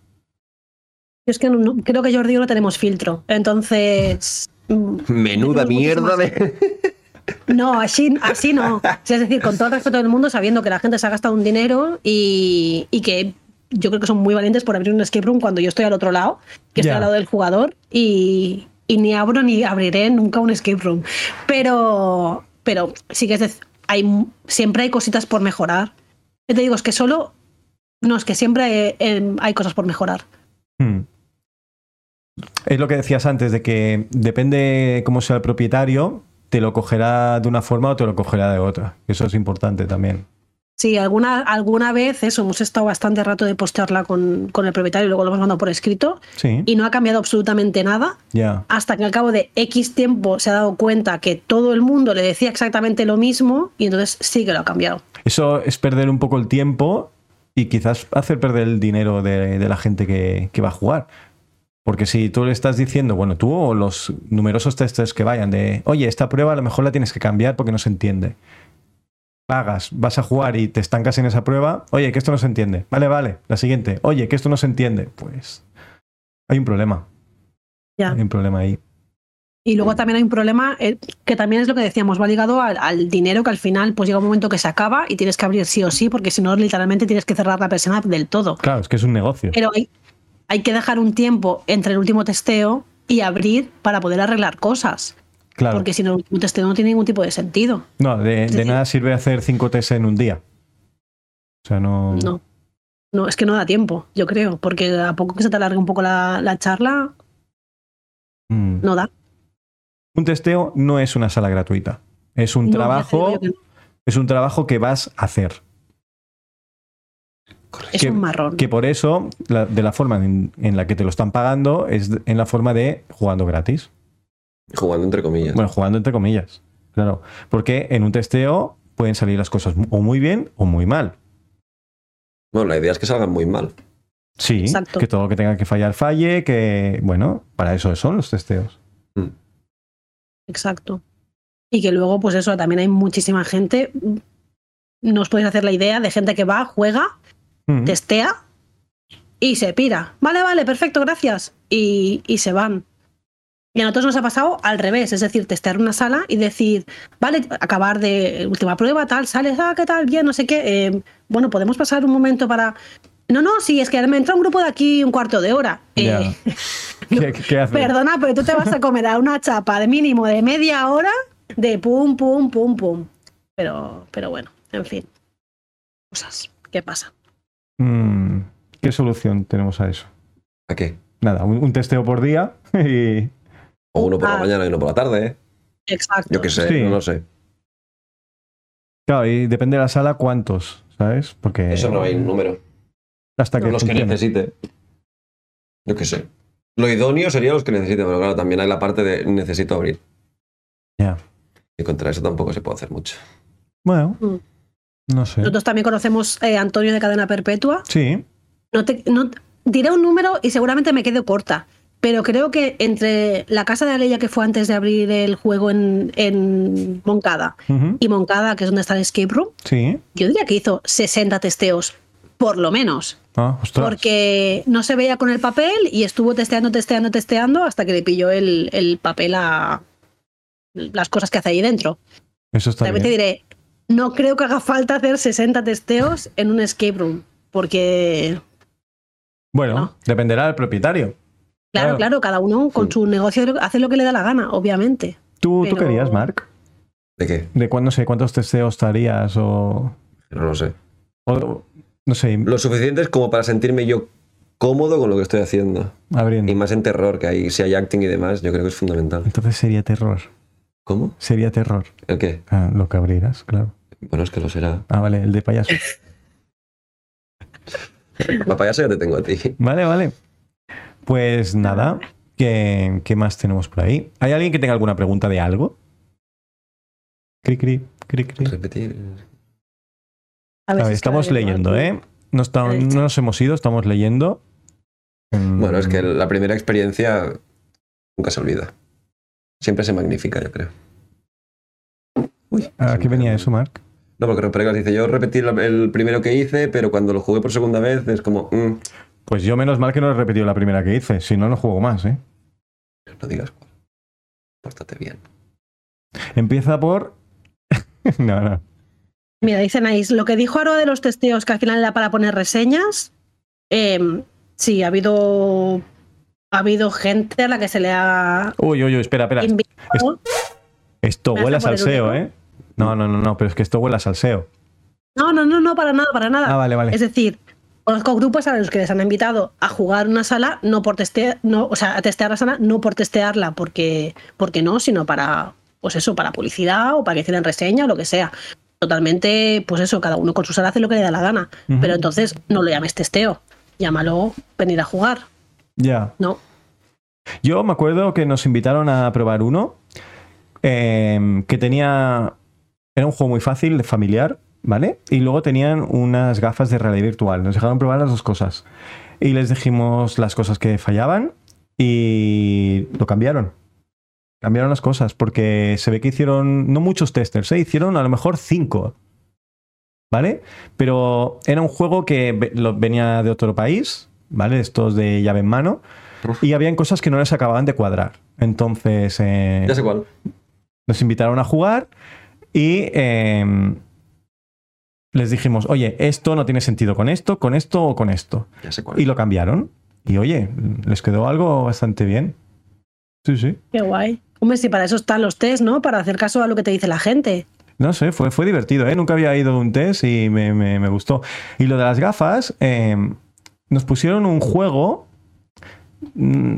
[SPEAKER 4] Yo es que no- no- creo que Jordi y yo no tenemos filtro. Entonces. mm,
[SPEAKER 3] Menuda
[SPEAKER 4] Tenemos
[SPEAKER 3] mierda de.
[SPEAKER 4] No, así, así no. O sea, Es decir, con todo el respeto del mundo, sabiendo que la gente se ha gastado un dinero y, y que yo creo que son muy valientes por abrir un escape room cuando yo estoy al otro lado, que estoy
[SPEAKER 1] Ya.
[SPEAKER 4] al lado del jugador y, y ni abro ni abriré nunca un escape room. Pero, pero sí que es dec- hay, mu- siempre hay cositas por mejorar. Yo Te digo, es que solo... No, es que siempre eh, em, hay cosas por mejorar.
[SPEAKER 1] Hmm. Es lo que decías antes, de que depende cómo sea el propietario, te lo cogerá de una forma o te lo cogerá de otra. Eso es importante también.
[SPEAKER 4] Sí, alguna, alguna vez eso, hemos estado bastante rato de postearla con, con el propietario y luego lo hemos mandado por escrito
[SPEAKER 1] Sí,
[SPEAKER 4] y no ha cambiado absolutamente nada.
[SPEAKER 1] ya.
[SPEAKER 4] hasta que al cabo de X tiempo se ha dado cuenta que todo el mundo le decía exactamente lo mismo y entonces sí que lo ha cambiado.
[SPEAKER 1] Eso es perder un poco el tiempo y quizás hacer perder el dinero de, de la gente que, que va a jugar. Porque si tú le estás diciendo, bueno, tú o los numerosos testers que vayan de, oye, esta prueba a lo mejor la tienes que cambiar porque no se entiende. Pagas, vas a jugar y te estancas en esa prueba, oye, que esto no se entiende. Vale, vale, la siguiente, oye, que esto no se entiende. Pues hay un problema.
[SPEAKER 4] Ya.
[SPEAKER 1] Hay un problema ahí.
[SPEAKER 4] Y luego también hay un problema eh, que también es lo que decíamos, va ligado al, al dinero que al final pues llega un momento que se acaba y tienes que abrir sí o sí porque si no literalmente tienes que cerrar la persona del todo.
[SPEAKER 1] Claro, es que es un negocio.
[SPEAKER 4] Pero hay, hay que dejar un tiempo entre el último testeo y abrir para poder arreglar cosas.
[SPEAKER 1] Claro.
[SPEAKER 4] Porque si no, el último testeo no tiene ningún tipo de sentido.
[SPEAKER 1] No, de, de
[SPEAKER 4] decir-
[SPEAKER 1] nada sirve hacer cinco tests en un día. O sea, no.
[SPEAKER 4] No. No, es que no da tiempo, yo creo, porque a poco que se te alargue un poco la, la charla,
[SPEAKER 1] Mm.
[SPEAKER 4] no da.
[SPEAKER 1] Un testeo no es una sala gratuita. Es un
[SPEAKER 4] No, ya te
[SPEAKER 1] trabajo,
[SPEAKER 4] digo yo que no.
[SPEAKER 1] es un trabajo que vas a hacer.
[SPEAKER 4] Es
[SPEAKER 1] que-
[SPEAKER 4] un marrón.
[SPEAKER 1] Que por eso, la- de la forma en, en la que te lo están pagando, es de- en la forma de jugando gratis.
[SPEAKER 3] Jugando entre comillas.
[SPEAKER 1] Bueno, jugando entre comillas. Claro. Porque en un testeo pueden salir las cosas mu- o muy bien o muy mal.
[SPEAKER 3] Bueno, la idea es que salgan muy mal.
[SPEAKER 1] Sí,
[SPEAKER 4] Exacto.
[SPEAKER 1] que todo lo que tenga que fallar falle, que bueno, para eso son los testeos.
[SPEAKER 4] Exacto. Y que luego, pues eso, también hay muchísima gente. No os podéis hacer la idea de gente que va, juega,
[SPEAKER 1] Mm.
[SPEAKER 4] testea y se pira. Vale, vale, perfecto, gracias. Y, y se van. Y a nosotros nos ha pasado al revés, es decir, testear una sala y decir, vale, acabar de última prueba, tal, sales, ah, qué tal, bien, no sé qué. eh, bueno, podemos pasar un momento para. No, no, sí, es que me entra un grupo de aquí un cuarto de hora. Eh,
[SPEAKER 1] Ya. ¿Qué, qué haces?
[SPEAKER 4] Perdona, pero tú te vas a comer a una chapa de mínimo de media hora de pum, pum, pum, pum. Pero, pero bueno, en fin. Cosas que pasan.
[SPEAKER 1] Mm. ¿Qué solución tenemos a eso?
[SPEAKER 3] ¿A qué?
[SPEAKER 1] Nada, un- un testeo por día y,
[SPEAKER 3] O uno por la
[SPEAKER 4] Ah.
[SPEAKER 3] mañana y uno por la tarde, ¿eh?
[SPEAKER 4] Exacto.
[SPEAKER 3] Yo qué sé,
[SPEAKER 1] Sí.
[SPEAKER 3] no sé.
[SPEAKER 1] Claro, y depende de la sala cuántos, ¿sabes? Porque
[SPEAKER 3] Eso no hay número.
[SPEAKER 1] hasta Eh, que,
[SPEAKER 3] Los que
[SPEAKER 1] funcione.
[SPEAKER 3] necesite. Yo qué sé. Lo idóneo sería los que necesite, pero claro, también hay la parte de necesito abrir.
[SPEAKER 1] Ya.
[SPEAKER 3] Y contra eso tampoco se puede hacer mucho.
[SPEAKER 1] Bueno,
[SPEAKER 4] Mm.
[SPEAKER 1] no sé.
[SPEAKER 4] Nosotros también conocemos eh, a Antonio de Cadena Perpetua.
[SPEAKER 1] Sí,
[SPEAKER 4] No te, no, diré un número y seguramente me quedo corta. pero creo que entre la Casa de Aleya que fue antes de abrir el juego en, en Moncada
[SPEAKER 1] Ujú.
[SPEAKER 4] y Moncada, que es donde está el escape room,
[SPEAKER 1] Sí.
[SPEAKER 4] yo diría que hizo 60 testeos, por lo menos.
[SPEAKER 1] Ah, ostras.
[SPEAKER 4] Porque no se veía con el papel y estuvo testeando, testeando, testeando hasta que le pilló el, el papel a las cosas que hace ahí dentro.
[SPEAKER 1] Eso está
[SPEAKER 4] También te
[SPEAKER 1] bien.
[SPEAKER 4] diré, no creo que haga falta hacer 60 testeos en un escape room, porque
[SPEAKER 1] Bueno,
[SPEAKER 4] no.
[SPEAKER 1] dependerá del propietario. Claro.
[SPEAKER 4] claro, claro, cada uno con su negocio hace lo que le da la gana, obviamente.
[SPEAKER 1] ¿Tú, ¿Tú
[SPEAKER 4] Pero-
[SPEAKER 1] querías, Mark?
[SPEAKER 3] ¿De qué?
[SPEAKER 1] ¿De cuándo no sé cuántos testeos estarías o,
[SPEAKER 3] No lo sé.
[SPEAKER 1] o- No sé,
[SPEAKER 3] Lo suficientes como para sentirme yo cómodo con lo que estoy haciendo.
[SPEAKER 1] abriendo.
[SPEAKER 3] Y más en terror, que hay, si hay acting y demás, yo creo que es fundamental.
[SPEAKER 1] Entonces sería terror.
[SPEAKER 3] ¿Cómo?
[SPEAKER 1] Sería terror.
[SPEAKER 3] ¿El qué?
[SPEAKER 1] Ah, lo que abrirás, claro.
[SPEAKER 3] Bueno, es que lo será.
[SPEAKER 1] Ah, vale, el de payaso.
[SPEAKER 3] Para payaso ya te tengo a ti.
[SPEAKER 1] Vale, vale. Pues nada, ¿qué, qué más tenemos por ahí? ¿Hay alguien que tenga alguna pregunta de algo? Cri, cri, cri, cri.
[SPEAKER 3] Repetir.
[SPEAKER 4] A ver,
[SPEAKER 1] A ver,
[SPEAKER 4] si es que
[SPEAKER 1] estamos
[SPEAKER 4] ahora mismo
[SPEAKER 1] leyendo,
[SPEAKER 4] aquí-
[SPEAKER 1] ¿eh? No, está-
[SPEAKER 4] Ahí está.
[SPEAKER 1] no nos hemos ido, estamos leyendo. Mm,
[SPEAKER 3] Bueno, es que la primera experiencia nunca se olvida. Siempre se magnifica, yo creo. Uy,
[SPEAKER 1] ¿A Ah, qué venía eso, Mark?
[SPEAKER 3] No, porque Repregas dice, yo repetí la- el primero que hice, pero cuando lo jugué por segunda vez es como, mm,
[SPEAKER 1] Pues yo menos mal que no he repetido la primera que hice, si no, no juego más, ¿eh?
[SPEAKER 3] no digas cuál. Pórtate bien.
[SPEAKER 1] Empieza por... no, no.
[SPEAKER 4] Mira, dicen ahí, lo que dijo Aro de los testeos, que al final era para poner reseñas, em, sí, ha habido, ha habido gente a la que se le ha
[SPEAKER 1] Uy, uy, uy, espera, espera.
[SPEAKER 4] invitado.
[SPEAKER 1] Esto
[SPEAKER 4] ¿Me vas
[SPEAKER 1] huele a
[SPEAKER 4] a poner un
[SPEAKER 1] salseo,
[SPEAKER 4] dedo?
[SPEAKER 1] ¿eh? No, no, no, no, pero es que esto huele a salseo.
[SPEAKER 4] No, no, no, no, para nada, para nada.
[SPEAKER 1] Ah, vale, vale.
[SPEAKER 4] Es decir, conozco grupos a los que les han invitado a jugar una sala, no por testear, no, o sea, a testear la sala, no por testearla, porque, porque no, sino para, pues eso, para publicidad o para que hicieran reseña o lo que sea. Totalmente, pues eso, cada uno con su sala hace lo que le da la gana.
[SPEAKER 1] Ujú.
[SPEAKER 4] Pero entonces no lo llames testeo, llámalo venir a jugar,
[SPEAKER 1] Ya.
[SPEAKER 4] ¿no?
[SPEAKER 1] Yo me acuerdo que nos invitaron a probar uno eh, que tenía. Era un juego muy fácil, familiar, ¿vale? Y luego tenían unas gafas de realidad virtual. Nos dejaron probar las dos cosas. Y les dijimos las cosas que fallaban y lo cambiaron. Cambiaron las cosas porque se ve que hicieron, no muchos testers, ¿eh? hicieron a lo mejor cinco. ¿Vale? Pero era un juego que ve- lo- venía de otro país, ¿vale? Estos de llave en mano. Y habían cosas que no les acababan de cuadrar. Entonces eh,
[SPEAKER 3] Ya sé cuál.
[SPEAKER 1] nos invitaron a jugar y eh, les dijimos, oye, esto no tiene sentido con esto, con esto o con esto.
[SPEAKER 3] Ya sé cuál.
[SPEAKER 1] Y lo cambiaron. Y oye, les quedó algo bastante bien. Sí, sí.
[SPEAKER 4] Qué guay. Hombre, si para eso están los test, ¿no? Para hacer caso a lo que te dice la gente.
[SPEAKER 1] No sé, fue, fue divertido, ¿eh? Nunca había ido a un test y me, me- me gustó. Y lo de las gafas, eh, nos pusieron un juego. mm,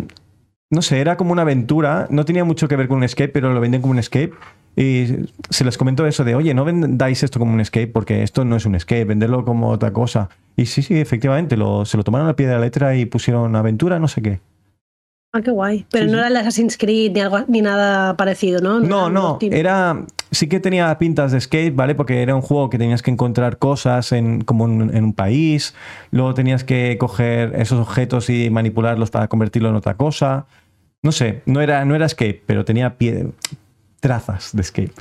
[SPEAKER 1] No sé, era como una aventura. No tenía mucho que ver con un escape, pero lo venden como un escape. Y se les comentó eso de, oye, no vendáis esto como un escape porque esto no es un escape, venderlo como otra cosa. Y sí, sí, efectivamente, lo- se lo tomaron al pie de la letra y pusieron aventura, no sé qué.
[SPEAKER 4] Ah, qué guay. Pero
[SPEAKER 1] Sí,
[SPEAKER 4] no
[SPEAKER 1] sí.
[SPEAKER 4] era el Assassin's Creed ni, algo, ni nada parecido, ¿no?
[SPEAKER 1] No,
[SPEAKER 4] eran
[SPEAKER 1] no,
[SPEAKER 4] dos tipos.
[SPEAKER 1] era. Sí que tenía pintas de skate, ¿vale? Porque era un juego que tenías que encontrar cosas en, como en, en un país, luego tenías que coger esos objetos y manipularlos para convertirlo en otra cosa. No sé, no era, no era escape, pero tenía pie- trazas de escape.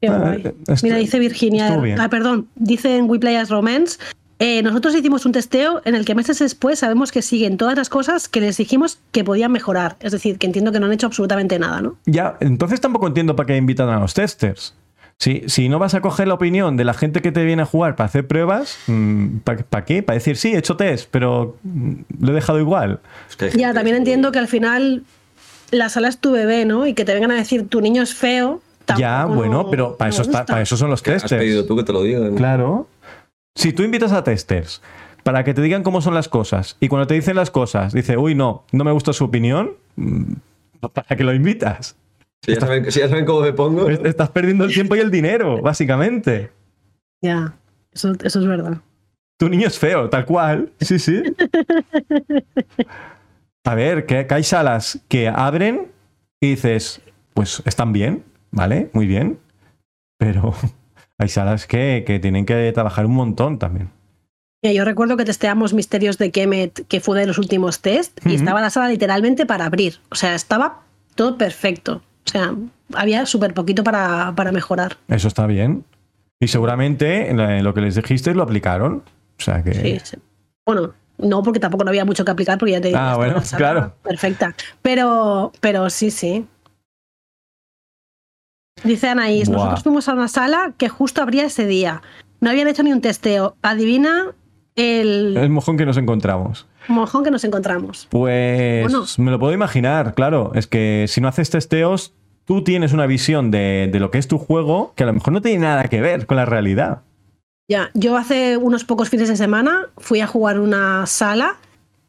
[SPEAKER 4] Qué
[SPEAKER 1] Ah,
[SPEAKER 4] guay.
[SPEAKER 1] eh, esto-
[SPEAKER 4] Mira, dice Virginia.
[SPEAKER 1] estuvo bien.
[SPEAKER 4] Ah, perdón. Dice en We Play as Romance. eh, nosotros hicimos un testeo en el que meses después sabemos que siguen todas las cosas que les dijimos que podían mejorar. Es decir, que entiendo que no han hecho absolutamente nada, ¿no?
[SPEAKER 1] Ya, entonces tampoco entiendo para qué invitan a los testers. Si, si no vas a coger la opinión de la gente que te viene a jugar para hacer pruebas, ¿para qué? Para decir, sí, he hecho test, pero mm, lo he dejado igual.
[SPEAKER 3] Es que hay gente
[SPEAKER 4] Ya, también
[SPEAKER 3] que-
[SPEAKER 4] entiendo que al final la sala es tu bebé, ¿no? Y que te vengan a decir tu niño es feo.
[SPEAKER 1] ya,
[SPEAKER 4] tampoco
[SPEAKER 1] bueno,
[SPEAKER 4] no-
[SPEAKER 1] pero para
[SPEAKER 4] no
[SPEAKER 1] eso, está,
[SPEAKER 4] gusta.
[SPEAKER 1] para eso son los
[SPEAKER 3] Has pedido
[SPEAKER 1] testers.
[SPEAKER 3] tú que te lo digan.
[SPEAKER 1] Claro. Si tú invitas a testers para que te digan cómo son las cosas y cuando te dicen las cosas, dice, uy, no, no me gusta su opinión, mm, ¿para qué lo invitas?
[SPEAKER 3] Si ya, saben, si ya saben cómo me pongo.
[SPEAKER 1] Est- Estás perdiendo el tiempo y el dinero, básicamente.
[SPEAKER 4] Ya, eso, eso es verdad.
[SPEAKER 1] Tu niño es feo, tal cual. Sí, sí. A ver, que, que hay salas que abren y dices, pues están bien, ¿vale? Muy bien. Pero hay salas que, que tienen que trabajar un montón también.
[SPEAKER 4] Mira, Yo recuerdo que testeamos Misterios de Kemet, que fue de los últimos test, y estaba la sala literalmente para abrir. O sea, estaba todo perfecto. O sea, había súper poquito para, para mejorar.
[SPEAKER 1] Eso está bien. Y seguramente eh, lo que les dijiste lo aplicaron. O sea que.
[SPEAKER 4] Sí, sí. Bueno, no, porque tampoco no había mucho que aplicar, porque ya te digo,
[SPEAKER 1] Ah,
[SPEAKER 4] estaba
[SPEAKER 1] bueno,
[SPEAKER 4] la sala
[SPEAKER 1] claro.
[SPEAKER 4] Perfecta. Pero, pero sí, sí. Dice Anaís,
[SPEAKER 1] Buah.
[SPEAKER 4] nosotros fuimos a una sala que justo abría ese día. No habían hecho ni un testeo. Adivina el
[SPEAKER 1] El mojón que nos encontramos.
[SPEAKER 4] mojón que nos encontramos.
[SPEAKER 1] Pues
[SPEAKER 4] Bueno.
[SPEAKER 1] me lo puedo imaginar, claro. Es que si no haces testeos, tú tienes una visión de, de lo que es tu juego que a lo mejor no tiene nada que ver con la realidad.
[SPEAKER 4] Ya, yo hace unos pocos fines de semana fui a jugar una sala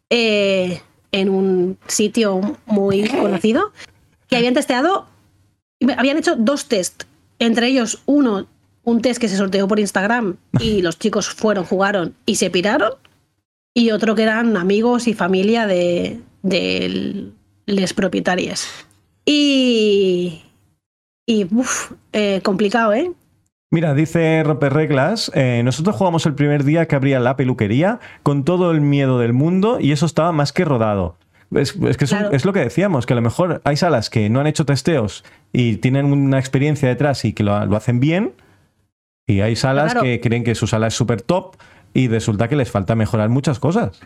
[SPEAKER 4] eh, en un sitio muy conocido que habían testeado, habían hecho dos test, entre ellos uno, un test que se sorteó por Instagram y los chicos fueron, jugaron y se piraron, y otro que eran amigos y familia de, de les propietarias. Y, y uf, eh, complicado, ¿eh?
[SPEAKER 1] Mira, dice Roper Reglas, eh, nosotros jugamos el primer día que abría la peluquería con todo el miedo del mundo y eso estaba más que rodado. Es, es que es, un-
[SPEAKER 4] Claro.
[SPEAKER 1] es lo que decíamos, que a lo mejor hay salas que no han hecho testeos y tienen una experiencia detrás y que lo, lo hacen bien, y hay salas
[SPEAKER 4] Claro.
[SPEAKER 1] que creen que su sala es súper top y resulta que les falta mejorar muchas cosas.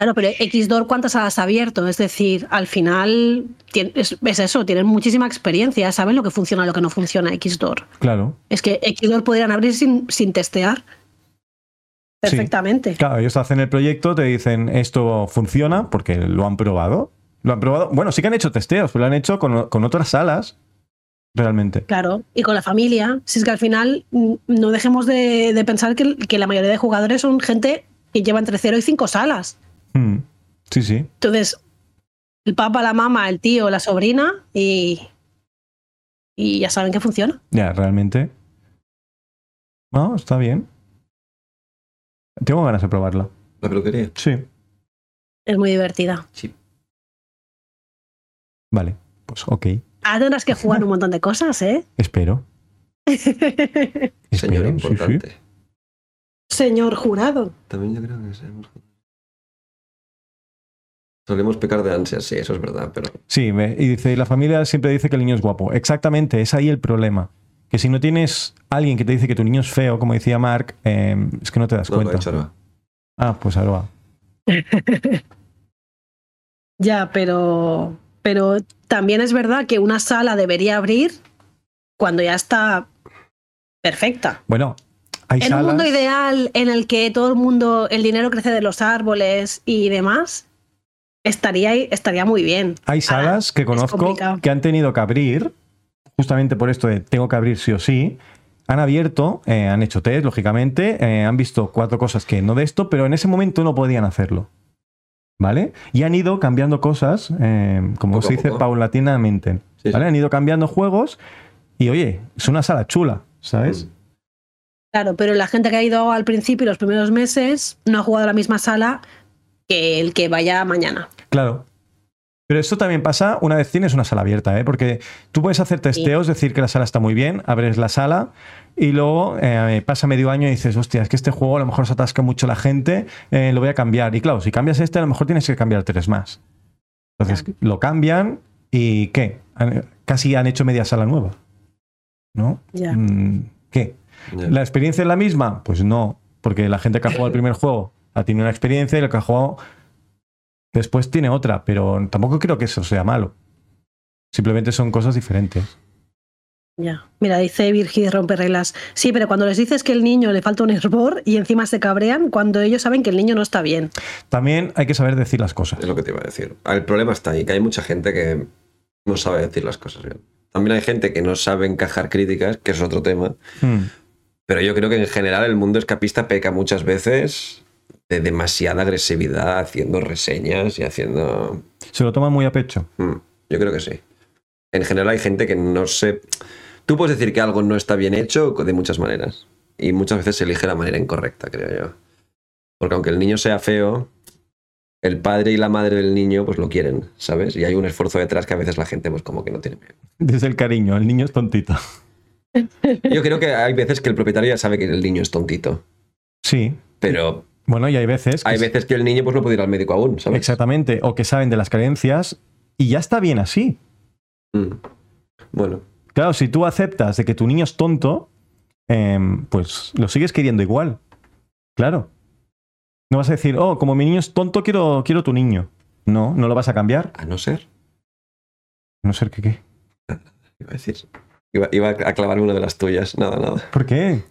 [SPEAKER 4] Claro, pero Xdor, ¿cuántas has abierto? Es decir, al final tien- es, es eso, tienen muchísima experiencia, saben lo que funciona y lo que no funciona Xdor.
[SPEAKER 1] Claro.
[SPEAKER 4] Es que Xdor podrían abrir sin, sin testear.
[SPEAKER 1] Sí.
[SPEAKER 4] Perfectamente.
[SPEAKER 1] Claro, ellos hacen el proyecto, te dicen esto funciona porque lo han probado. Lo han probado. Bueno, sí que han hecho testeos, pero lo han hecho con, con otras salas. Realmente.
[SPEAKER 4] Claro, y con la familia. Si es que al final mm, no dejemos de, de pensar que, que la mayoría de jugadores son gente que lleva entre 0 y 5 salas.
[SPEAKER 1] Mm. Sí, sí.
[SPEAKER 4] Entonces, el papá, la mamá, el tío, la sobrina y, y ya saben que funciona.
[SPEAKER 1] Ya, realmente. No, está bien. Tengo ganas de probarla.
[SPEAKER 3] La peluquería.
[SPEAKER 1] Sí.
[SPEAKER 4] Es muy divertida.
[SPEAKER 1] Vale, pues ok.
[SPEAKER 4] Ah, tendrás que jugar un montón de cosas, ¿eh?
[SPEAKER 1] Espero.
[SPEAKER 3] Señor
[SPEAKER 1] Espero, sí, sí.
[SPEAKER 3] importante.
[SPEAKER 4] Señor jurado.
[SPEAKER 3] También yo creo que sabemos. Solemos pecar de ansias, sí, eso es verdad, pero
[SPEAKER 1] Sí, me- y dice, y la familia siempre dice que el niño es guapo. Exactamente, es ahí el problema. Que si no tienes alguien que te dice que tu niño es feo, como decía Mark, eh, es que no te das
[SPEAKER 3] no, no,
[SPEAKER 1] cuenta.
[SPEAKER 3] chorba.
[SPEAKER 1] ah, pues Aroa.
[SPEAKER 4] Ya, pero, pero también es verdad que una sala debería abrir cuando ya está perfecta.
[SPEAKER 1] Bueno, hay
[SPEAKER 4] En
[SPEAKER 1] salas.
[SPEAKER 4] un mundo ideal en el que todo el mundo, el dinero crece de los árboles y demás, estaría, estaría muy bien.
[SPEAKER 1] Hay salas que conozco
[SPEAKER 4] ah, complicado.
[SPEAKER 1] que han tenido que abrir, justamente por esto de tengo que abrir sí o sí. Han abierto, eh, han hecho test, lógicamente, eh, han visto cuatro cosas que no de esto, pero en ese momento no podían hacerlo. ¿Vale? Y han ido cambiando cosas, eh, como
[SPEAKER 3] Poco a
[SPEAKER 1] se dice,
[SPEAKER 3] poco.
[SPEAKER 1] paulatinamente.
[SPEAKER 3] Sí, sí.
[SPEAKER 1] ¿Vale? Han ido cambiando juegos y, oye, es una sala chula, ¿sabes?
[SPEAKER 3] Mm.
[SPEAKER 4] Claro, pero la gente que ha ido al principio, los primeros meses, no ha jugado a la misma sala que el que vaya mañana.
[SPEAKER 1] Claro. Pero esto también pasa una vez tienes una sala abierta, ¿eh? porque tú puedes hacer testeos, decir que la sala está muy bien, abres la sala y luego eh, pasa medio año y dices, hostia, es que este juego a lo mejor se atasca mucho la gente, eh, lo voy a cambiar. Y claro, si cambias este, a lo mejor tienes que cambiar tres más. Entonces lo cambian y ¿qué? Han- Casi han hecho media sala nueva. ¿No?
[SPEAKER 4] Ya.
[SPEAKER 1] Mm, ¿Qué?
[SPEAKER 3] Ya.
[SPEAKER 1] ¿La experiencia es la misma? Pues no, porque la gente que ha jugado el primer juego ha tenido una experiencia y el que ha jugado después tiene otra, pero tampoco creo que eso sea malo. Simplemente son cosas diferentes.
[SPEAKER 4] Ya. Mira, dice Virgil rompe reglas. Sí, pero cuando les dices que el niño le falta un hervor y encima se cabrean cuando ellos saben que el niño no está bien.
[SPEAKER 1] También hay que saber decir las cosas.
[SPEAKER 3] Es lo que te iba a decir. El problema está ahí, que hay mucha gente que no sabe decir las cosas bien. También hay gente que no sabe encajar críticas, que es otro tema.
[SPEAKER 1] Mm,
[SPEAKER 3] Pero yo creo que en general el mundo escapista peca muchas veces de demasiada agresividad haciendo reseñas y haciendo...
[SPEAKER 1] Se lo toma muy a pecho.
[SPEAKER 3] Mm, yo creo que sí. En general hay gente que no se... Tú puedes decir que algo no está bien hecho de muchas maneras. Y muchas veces se elige la manera incorrecta, creo yo. Porque aunque el niño sea feo, el padre y la madre del niño pues lo quieren, ¿sabes? Y hay un esfuerzo detrás que a veces la gente pues como que no tiene miedo.
[SPEAKER 1] Desde el cariño, el niño es tontito.
[SPEAKER 3] Yo creo que hay veces que el propietario ya sabe que el niño es tontito.
[SPEAKER 1] Sí,
[SPEAKER 3] Pero
[SPEAKER 1] Bueno, y hay veces. que
[SPEAKER 3] Hay
[SPEAKER 1] es-
[SPEAKER 3] veces que el niño pues no puede ir al médico aún, ¿sabes?
[SPEAKER 1] Exactamente, o que saben de las carencias y ya está bien así.
[SPEAKER 3] Mm. Bueno,
[SPEAKER 1] Claro, si tú aceptas de que tu niño es tonto, em, pues lo sigues queriendo igual. Claro. No vas a decir, oh, como mi niño es tonto, quiero, quiero tu niño. No, no lo vas a cambiar.
[SPEAKER 3] a no ser,
[SPEAKER 1] A No ser que qué.
[SPEAKER 3] iba a decir. Iba, iba a clavar una de las tuyas, nada, nada.
[SPEAKER 1] ¿Por qué?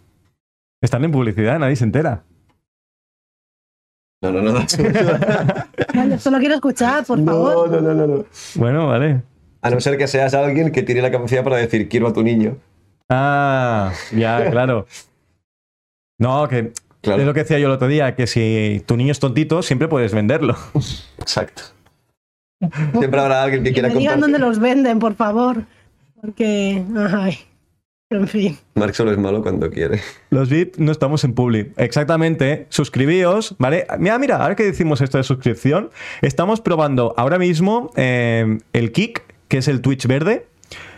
[SPEAKER 1] Están en publicidad, nadie se entera.
[SPEAKER 3] No, no, nada.
[SPEAKER 4] Vale, solo quiero escuchar, por
[SPEAKER 3] No,
[SPEAKER 4] favor.
[SPEAKER 3] no, no, no, no.
[SPEAKER 1] Bueno, vale.
[SPEAKER 3] A no ser que seas alguien que tiene la capacidad para decir quiero a tu niño.
[SPEAKER 1] Ah, ya, claro. No, que
[SPEAKER 3] Claro.
[SPEAKER 1] es lo que decía yo el otro día, que si tu niño es tontito, siempre puedes venderlo.
[SPEAKER 3] Exacto. Siempre habrá alguien que
[SPEAKER 4] Que
[SPEAKER 3] quiera
[SPEAKER 4] me digan
[SPEAKER 3] comprar.
[SPEAKER 4] dónde los venden, por favor. Porque, ay, en fin.
[SPEAKER 3] Mark solo es malo cuando quiere.
[SPEAKER 1] Los VIP no estamos en Publi. Exactamente. Suscribíos, ¿vale? Mira, mira, ahora que decimos esto de suscripción, estamos probando ahora mismo eh, el Kick, que es el Twitch verde,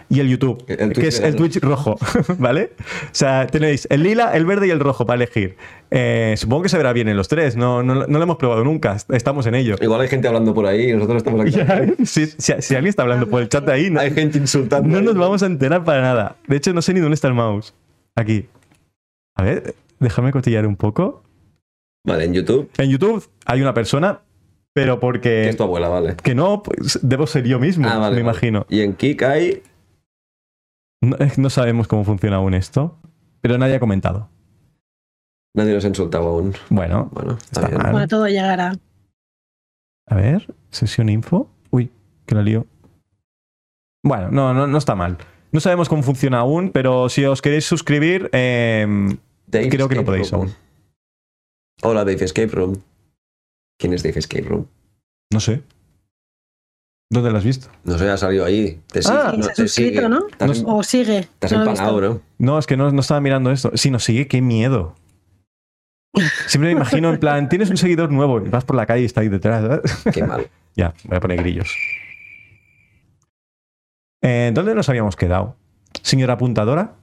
[SPEAKER 1] y el YouTube,
[SPEAKER 3] El Twitch
[SPEAKER 1] que es el
[SPEAKER 3] verde.
[SPEAKER 1] Twitch rojo, ¿vale? O sea, tenéis el lila, el verde y el rojo para elegir. Eh, supongo que se verá bien en los tres. No, no, no lo hemos probado nunca. Estamos en ello.
[SPEAKER 3] Igual hay gente hablando por ahí y nosotros estamos aquí.
[SPEAKER 1] Ya, si, si- si alguien está hablando por el chat de ahí, no,
[SPEAKER 3] Hay gente insultando.
[SPEAKER 1] no nos vamos a enterar para nada. De hecho, no sé ni dónde está el mouse. Aquí. A ver, déjame cotillar un poco.
[SPEAKER 3] Vale, en YouTube,
[SPEAKER 1] En YouTube hay una persona, pero
[SPEAKER 3] que
[SPEAKER 1] porque
[SPEAKER 3] es tu abuela, vale.
[SPEAKER 1] que no, pues, debo ser yo mismo,
[SPEAKER 3] Ah, vale,
[SPEAKER 1] me
[SPEAKER 3] vale.
[SPEAKER 1] imagino.
[SPEAKER 3] Y en Kik hay.
[SPEAKER 1] No, eh, no sabemos cómo funciona aún esto, pero nadie ha comentado.
[SPEAKER 3] Nadie nos ha insultado aún.
[SPEAKER 1] Bueno,
[SPEAKER 3] Bueno, está,
[SPEAKER 1] Está
[SPEAKER 3] bien.
[SPEAKER 1] mal.
[SPEAKER 4] Bueno, todo llegará.
[SPEAKER 1] a ver, sesión info. Uy, que la lío. Bueno, no, no, no está mal. No sabemos cómo funciona aún, pero si os queréis suscribir, em,
[SPEAKER 3] Dave
[SPEAKER 1] Creo que no
[SPEAKER 3] Escape
[SPEAKER 1] podéis
[SPEAKER 3] Room.
[SPEAKER 1] aún.
[SPEAKER 3] Hola, Dave Escape Room. ¿Quién es Dave Escape Room?
[SPEAKER 1] no sé. ¿Dónde la has visto?
[SPEAKER 3] No sé, ha salido ahí. Te sigue,
[SPEAKER 1] Ah.
[SPEAKER 3] no
[SPEAKER 4] Se ha
[SPEAKER 3] te
[SPEAKER 4] suscrito,
[SPEAKER 3] sigue.
[SPEAKER 4] ¿no?
[SPEAKER 3] Estás,
[SPEAKER 1] No-
[SPEAKER 3] en-
[SPEAKER 4] O sigue.
[SPEAKER 3] estás
[SPEAKER 4] no lo he
[SPEAKER 3] empanado,
[SPEAKER 4] visto.
[SPEAKER 3] ¿no?
[SPEAKER 1] No, es que no, no estaba mirando esto. Si nos sigue, qué miedo. Siempre me imagino, en plan, tienes un seguidor nuevo y vas por la calle y está ahí detrás. ¿eh?
[SPEAKER 3] Qué mal.
[SPEAKER 1] Ya, voy a poner grillos. Eh, ¿Dónde nos habíamos quedado? Señora apuntadora.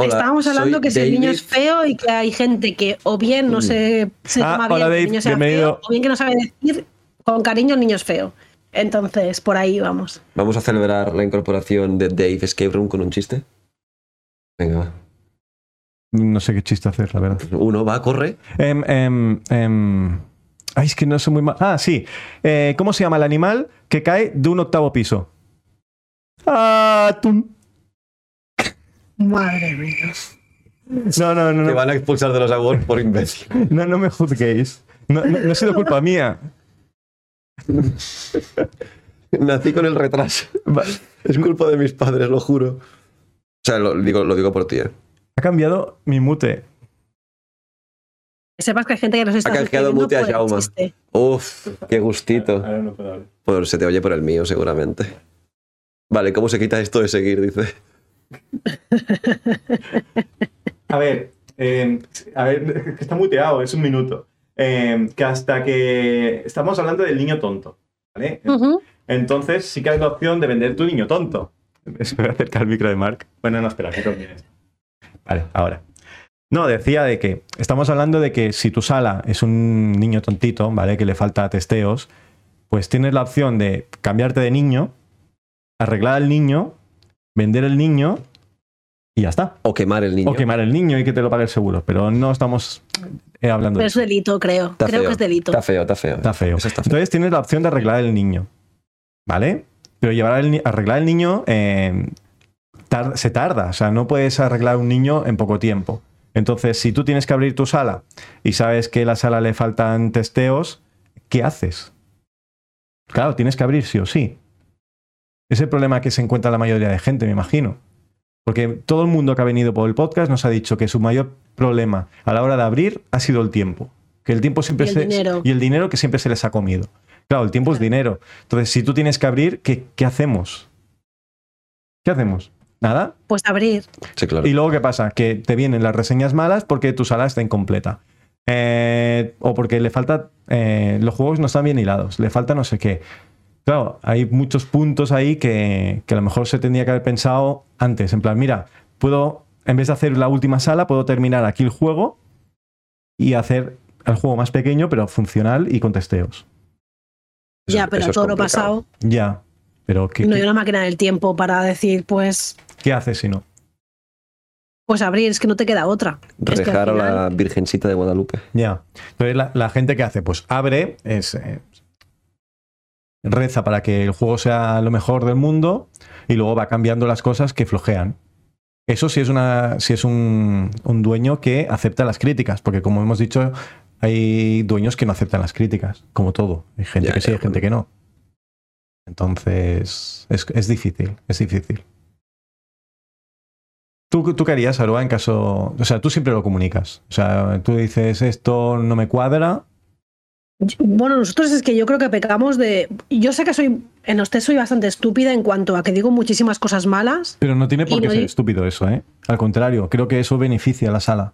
[SPEAKER 3] Hola,
[SPEAKER 4] Estábamos hablando
[SPEAKER 3] soy
[SPEAKER 4] que si el
[SPEAKER 3] David. Mm.
[SPEAKER 4] niño es feo y que hay gente que o bien no se, se
[SPEAKER 1] Ah,
[SPEAKER 4] toma bien
[SPEAKER 1] hola,
[SPEAKER 4] que
[SPEAKER 1] Dave,
[SPEAKER 4] el niño sea
[SPEAKER 1] bienvenido.
[SPEAKER 4] feo, o bien que no sabe decir con cariño el niño es feo. Entonces, por ahí vamos.
[SPEAKER 3] Vamos a celebrar la incorporación de Dave Escape Room con un chiste. Venga, va.
[SPEAKER 1] No sé qué chiste hacer, la verdad.
[SPEAKER 3] Uno va, corre.
[SPEAKER 1] Em, em, em. Ay, es que no soy muy mal. Ah, sí. Eh, ¿Cómo se llama el animal que cae de un octavo piso? Ah, Atún.
[SPEAKER 4] Madre mía.
[SPEAKER 1] No, no, no,
[SPEAKER 3] Te
[SPEAKER 1] no.
[SPEAKER 3] van a expulsar de los awards por imbécil.
[SPEAKER 1] No, no me juzguéis. No, no- no ha sido culpa mía.
[SPEAKER 3] Nací con el retraso.
[SPEAKER 1] Va-
[SPEAKER 3] Es culpa de mis padres, lo juro. O sea, lo digo, lo digo por ti. eh.
[SPEAKER 1] Ha cambiado mi mute.
[SPEAKER 4] Que sepas que hay gente que nos está pues,
[SPEAKER 3] Ha canjeado
[SPEAKER 4] suscribiendo
[SPEAKER 3] mute a
[SPEAKER 4] por el
[SPEAKER 3] Jaume.
[SPEAKER 4] chiste.
[SPEAKER 3] Uf, qué gustito.
[SPEAKER 1] no puedo hablar.
[SPEAKER 3] Por- se te oye por el mío, seguramente. Vale, ¿cómo se quita esto de seguir? Dice.
[SPEAKER 1] A ver, eh, a ver, está muteado, es un minuto. Eh, que hasta que estamos hablando del niño tonto, ¿vale?
[SPEAKER 4] Ujú.
[SPEAKER 1] Entonces sí que hay la opción de vender tu niño tonto. Se me acerca el micro de Mark. Bueno, no, espera, que convienes. Vale, ahora. No, decía de que estamos hablando de que si tu sala es un niño tontito, ¿vale? Que le falta testeos, pues tienes la opción de cambiarte de niño, arreglar al niño, vender el niño y ya está.
[SPEAKER 3] O quemar el niño.
[SPEAKER 1] O quemar el niño y que te lo pague el seguro. Pero no estamos eh, hablando
[SPEAKER 4] Pero
[SPEAKER 1] de
[SPEAKER 4] es
[SPEAKER 1] eso.
[SPEAKER 4] delito, creo.
[SPEAKER 3] Está
[SPEAKER 4] creo
[SPEAKER 3] feo.
[SPEAKER 4] que es delito.
[SPEAKER 3] Está feo, está feo.
[SPEAKER 1] Está feo.
[SPEAKER 3] Eso está feo.
[SPEAKER 1] Entonces tienes la opción de arreglar el niño. ¿Vale? Pero llevar el ni- arreglar el niño eh, tar- se tarda. O sea, no puedes arreglar un niño en poco tiempo. Entonces, si tú tienes que abrir tu sala y sabes que a la sala le faltan testeos, ¿qué haces? Claro, tienes que abrir sí o sí. Es el problema que se encuentra la mayoría de gente, me imagino. Porque todo el mundo que ha venido por el podcast nos ha dicho que su mayor problema a la hora de abrir ha sido el tiempo. Que el tiempo siempre
[SPEAKER 4] Y el
[SPEAKER 1] se.
[SPEAKER 4] dinero.
[SPEAKER 1] Y el dinero que siempre se les ha comido. Claro, el tiempo es
[SPEAKER 4] Claro.
[SPEAKER 1] dinero. Entonces, si tú tienes que abrir, ¿qué, qué hacemos? ¿Qué hacemos? Nada.
[SPEAKER 4] Pues abrir.
[SPEAKER 3] Sí, claro.
[SPEAKER 1] Y luego, ¿qué pasa? Que te vienen las reseñas malas porque tu sala está incompleta. Eh, o porque le falta. eh, los juegos no están bien hilados. Le falta no sé qué. Claro, hay muchos puntos ahí que, que a lo mejor se tendría que haber pensado antes. En plan, mira, puedo. En vez de hacer la última sala, puedo terminar aquí el juego y hacer al juego más pequeño, pero funcional y con testeos.
[SPEAKER 3] Eso-
[SPEAKER 4] ya, pero
[SPEAKER 3] eso es
[SPEAKER 4] todo lo
[SPEAKER 3] complicado.
[SPEAKER 4] pasado.
[SPEAKER 1] Ya. Pero ¿qué,
[SPEAKER 4] No hay
[SPEAKER 1] qué,
[SPEAKER 4] una máquina del tiempo para decir, pues,
[SPEAKER 1] qué haces si no?
[SPEAKER 4] pues abrir, es que no te queda otra. Es que al
[SPEAKER 3] Rejar a
[SPEAKER 4] final-
[SPEAKER 3] la Virgencita de Guadalupe.
[SPEAKER 1] Ya. Entonces, la, la gente que hace, pues abre, es, eh, reza para que el juego sea lo mejor del mundo y luego va cambiando las cosas que flojean. Eso sí es, una, sí es un, un dueño que acepta las críticas, porque como hemos dicho, hay dueños que no aceptan las críticas, como todo. Hay gente
[SPEAKER 3] Ya,
[SPEAKER 1] que sí,
[SPEAKER 3] ya,
[SPEAKER 1] hay gente
[SPEAKER 3] bueno.
[SPEAKER 1] que no. Entonces, es, es difícil, es difícil. ¿Tú, ¿Tú qué harías, Aroa, en caso... O sea, tú siempre lo comunicas. O sea, tú dices, esto no me cuadra.
[SPEAKER 4] Bueno, nosotros es que yo creo que pecamos de. Yo sé que soy. En los test soy bastante estúpida en cuanto a que digo muchísimas cosas malas.
[SPEAKER 1] Pero no tiene por
[SPEAKER 4] Y
[SPEAKER 1] qué
[SPEAKER 4] no
[SPEAKER 1] ser
[SPEAKER 4] di-
[SPEAKER 1] estúpido eso, ¿eh? Al contrario, creo que eso beneficia a la sala.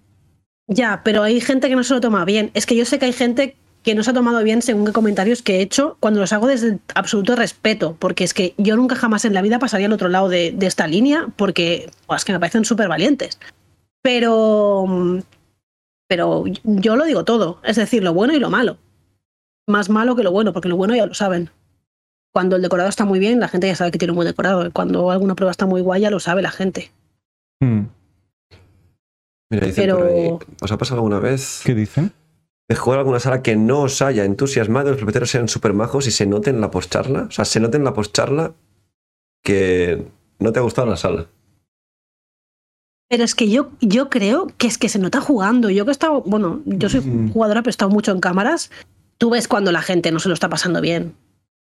[SPEAKER 4] Ya, pero hay gente que no se lo toma bien. Es que yo sé que hay gente que no se ha tomado bien según qué comentarios que he hecho cuando los hago desde absoluto respeto. Porque es que yo nunca jamás en la vida pasaría al otro lado de, de esta línea porque buah, es que me parecen súper valientes. Pero. Pero yo lo digo todo. Es decir, lo bueno y lo malo. Más malo que lo bueno, porque lo bueno ya lo saben. Cuando el decorado está muy bien, la gente ya sabe que tiene un buen decorado. Cuando alguna prueba está muy guay, ya lo sabe la gente.
[SPEAKER 1] Hmm,
[SPEAKER 3] Mira, dicen
[SPEAKER 4] Pero-
[SPEAKER 3] por ahí, ¿os ha pasado alguna vez
[SPEAKER 1] ¿Qué dicen?
[SPEAKER 3] de jugar alguna sala que no os haya entusiasmado, los propietarios sean súper majos y se note en la postcharla? O sea, se note en la postcharla que no te ha gustado la sala.
[SPEAKER 4] Pero es que yo, yo creo que es que se nota jugando. Yo que he estado, bueno, yo soy
[SPEAKER 1] Mm.
[SPEAKER 4] jugadora, pero he estado mucho en cámaras. Tú ves cuando la gente no se lo está pasando bien.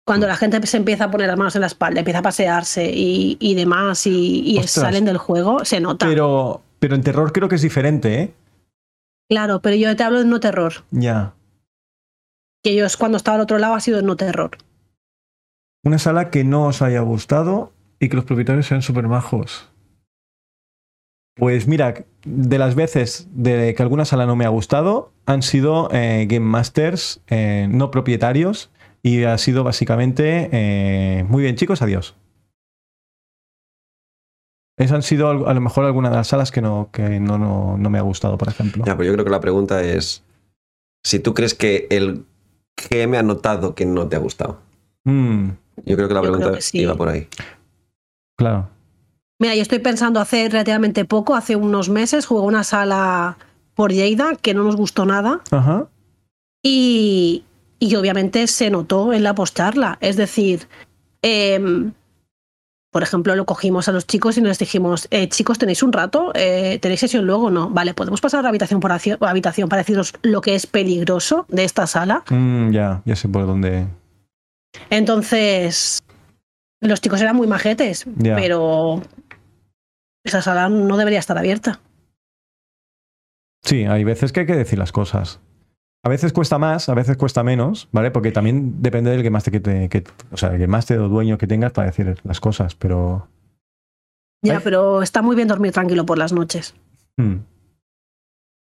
[SPEAKER 4] Cuando la gente se empieza a poner las manos en la espalda, empieza a pasearse y, y demás, y, y
[SPEAKER 1] Ostras.
[SPEAKER 4] salen del juego, se nota.
[SPEAKER 1] Pero, pero en terror creo que es diferente, ¿eh?
[SPEAKER 4] claro, pero yo te hablo de no terror.
[SPEAKER 1] Ya.
[SPEAKER 4] Que yo es cuando estaba al otro lado ha sido no terror.
[SPEAKER 1] Una sala que no os haya gustado y que los propietarios sean súper majos. Pues mira, de las veces de que alguna sala no me ha gustado, han sido eh, Game Masters eh, no propietarios y ha sido básicamente eh, muy bien chicos, adiós. Esas han sido al- a lo mejor algunas de las salas que no, que no, no, no me ha gustado, por ejemplo.
[SPEAKER 3] Ya, pero yo creo que la pregunta es si tú crees que el GM ha notado que no te ha gustado.
[SPEAKER 1] Mm,
[SPEAKER 3] Yo creo que la
[SPEAKER 4] Yo creo
[SPEAKER 3] pregunta
[SPEAKER 4] que sí.
[SPEAKER 3] iba por ahí.
[SPEAKER 1] claro.
[SPEAKER 4] Mira, yo estoy pensando hace relativamente poco, hace unos meses, jugué una sala por Lleida que no nos gustó nada.
[SPEAKER 1] Ajá.
[SPEAKER 4] Y, y obviamente se notó en la postarla. Es decir, em, por ejemplo, lo cogimos a los chicos y nos dijimos, eh, chicos, ¿tenéis un rato? Eh, ¿Tenéis sesión luego? No. Vale, podemos pasar habitación por haci- habitación para deciros lo que es peligroso de esta sala.
[SPEAKER 1] Mm, ya, ya sé por dónde.
[SPEAKER 4] Entonces, los chicos eran muy majetes,
[SPEAKER 1] Ya.
[SPEAKER 4] pero esa sala no debería estar abierta.
[SPEAKER 1] Sí, hay veces que hay que decir las cosas. A veces cuesta más, a veces cuesta menos, ¿vale? Porque también depende del que más te, que te- que- o sea, el que más te o dueño que tengas para decir las cosas, pero
[SPEAKER 4] Ya,
[SPEAKER 1] Ay.
[SPEAKER 4] pero está muy bien dormir tranquilo por las noches.
[SPEAKER 1] hmm.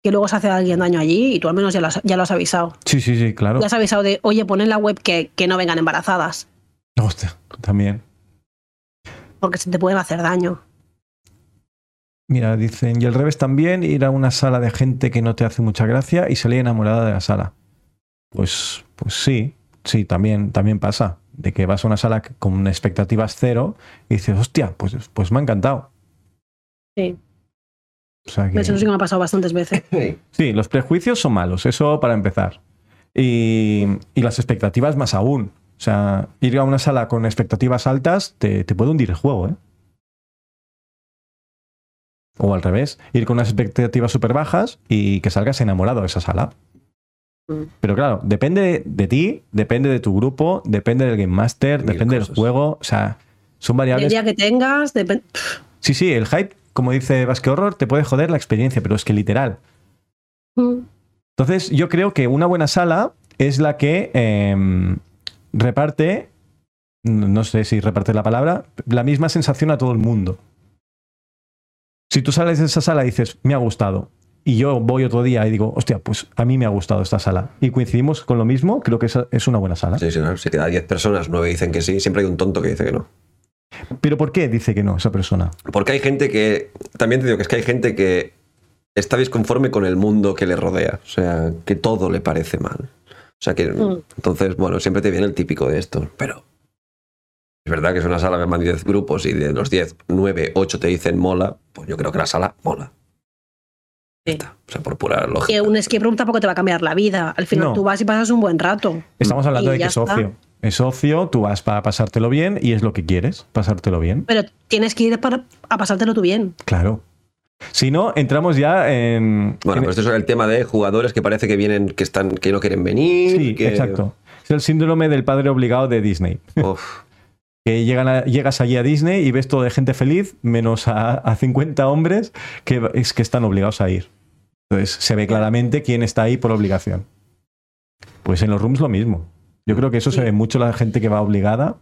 [SPEAKER 4] Que luego se hace alguien daño allí y tú al menos ya lo has- ya lo has avisado.
[SPEAKER 1] sí, sí, sí, claro.
[SPEAKER 4] Ya has avisado de, oye, pon en la web que, que no vengan embarazadas,
[SPEAKER 1] Hostia, también.
[SPEAKER 4] porque se te pueden hacer daño.
[SPEAKER 1] Mira, dicen, y al revés también ir a una sala de gente que no te hace mucha gracia y salir enamorada de la sala. Pues, pues sí, sí, también, también pasa. De que vas a una sala con expectativas cero y dices, hostia, pues, pues me ha encantado.
[SPEAKER 4] Sí. Pues
[SPEAKER 1] O sea que...
[SPEAKER 4] Eso sí que me ha pasado bastantes veces.
[SPEAKER 1] Sí, los prejuicios son malos, eso para empezar. Y, y las expectativas más aún. O sea, ir a una sala con expectativas altas te, te puede hundir el juego, ¿eh? O al revés, ir con unas expectativas súper bajas y que salgas enamorado de esa sala.
[SPEAKER 4] Mm.
[SPEAKER 1] Pero claro, depende de ti, depende de tu grupo, depende del Game Master,
[SPEAKER 3] Mil
[SPEAKER 1] depende del
[SPEAKER 3] cosas.
[SPEAKER 1] juego. O sea, son
[SPEAKER 4] El
[SPEAKER 1] variables
[SPEAKER 4] día que tengas, depen-
[SPEAKER 1] Sí, sí, el hype, como dice Basque Horror, te puede joder la experiencia, pero es que literal.
[SPEAKER 4] Mm.
[SPEAKER 1] Entonces, yo creo que una buena sala es la que em, reparte, n- no sé si reparte la palabra, la misma sensación a todo el mundo. Si tú sales de esa sala y dices, me ha gustado, y yo voy otro día y digo, hostia, pues a mí me ha gustado esta sala, y coincidimos con lo mismo, creo que esa es una buena sala.
[SPEAKER 3] Sí, sí, ¿no? Si te da 10 personas, 9 dicen que sí, siempre hay un tonto que dice que no.
[SPEAKER 1] Pero ¿por qué dice que no esa persona?
[SPEAKER 3] Porque hay gente que. También te digo que es que hay gente que está disconforme con el mundo que le rodea. O sea, que todo le parece mal. O sea, que
[SPEAKER 4] Mm.
[SPEAKER 3] entonces, bueno, siempre te viene el típico de esto, pero es verdad que es una sala que van 10 grupos y de los 10, 9, 8 te dicen mola, pues yo creo que la sala mola.
[SPEAKER 4] Sí.
[SPEAKER 3] Ya está. O sea, por pura
[SPEAKER 4] Que
[SPEAKER 3] lógica.
[SPEAKER 4] un escape room tampoco te va a cambiar la vida. Al final
[SPEAKER 1] No.
[SPEAKER 4] tú vas y pasas un buen rato.
[SPEAKER 1] Estamos hablando
[SPEAKER 4] Y
[SPEAKER 1] de que
[SPEAKER 4] ya
[SPEAKER 1] es ocio.
[SPEAKER 4] está.
[SPEAKER 1] Es ocio, tú vas para pasártelo bien y es lo que quieres, pasártelo bien.
[SPEAKER 4] Pero tienes que ir para, a pasártelo tú bien.
[SPEAKER 1] Claro. Si no, entramos ya en.
[SPEAKER 3] Bueno,
[SPEAKER 1] en-
[SPEAKER 3] pero esto es el tema de jugadores que parece que vienen, que están, que no quieren venir.
[SPEAKER 1] sí,
[SPEAKER 3] que-
[SPEAKER 1] exacto. Es el síndrome del padre obligado de Disney.
[SPEAKER 3] Uf,
[SPEAKER 1] Que llegan a- llegas allí a Disney y ves todo de gente feliz, menos a, a 50 hombres que, es que están obligados a ir. Entonces se ve claramente quién está ahí por obligación. Pues en los rooms lo mismo. Yo creo que eso se
[SPEAKER 4] Sí.
[SPEAKER 1] ve mucho la gente que va obligada.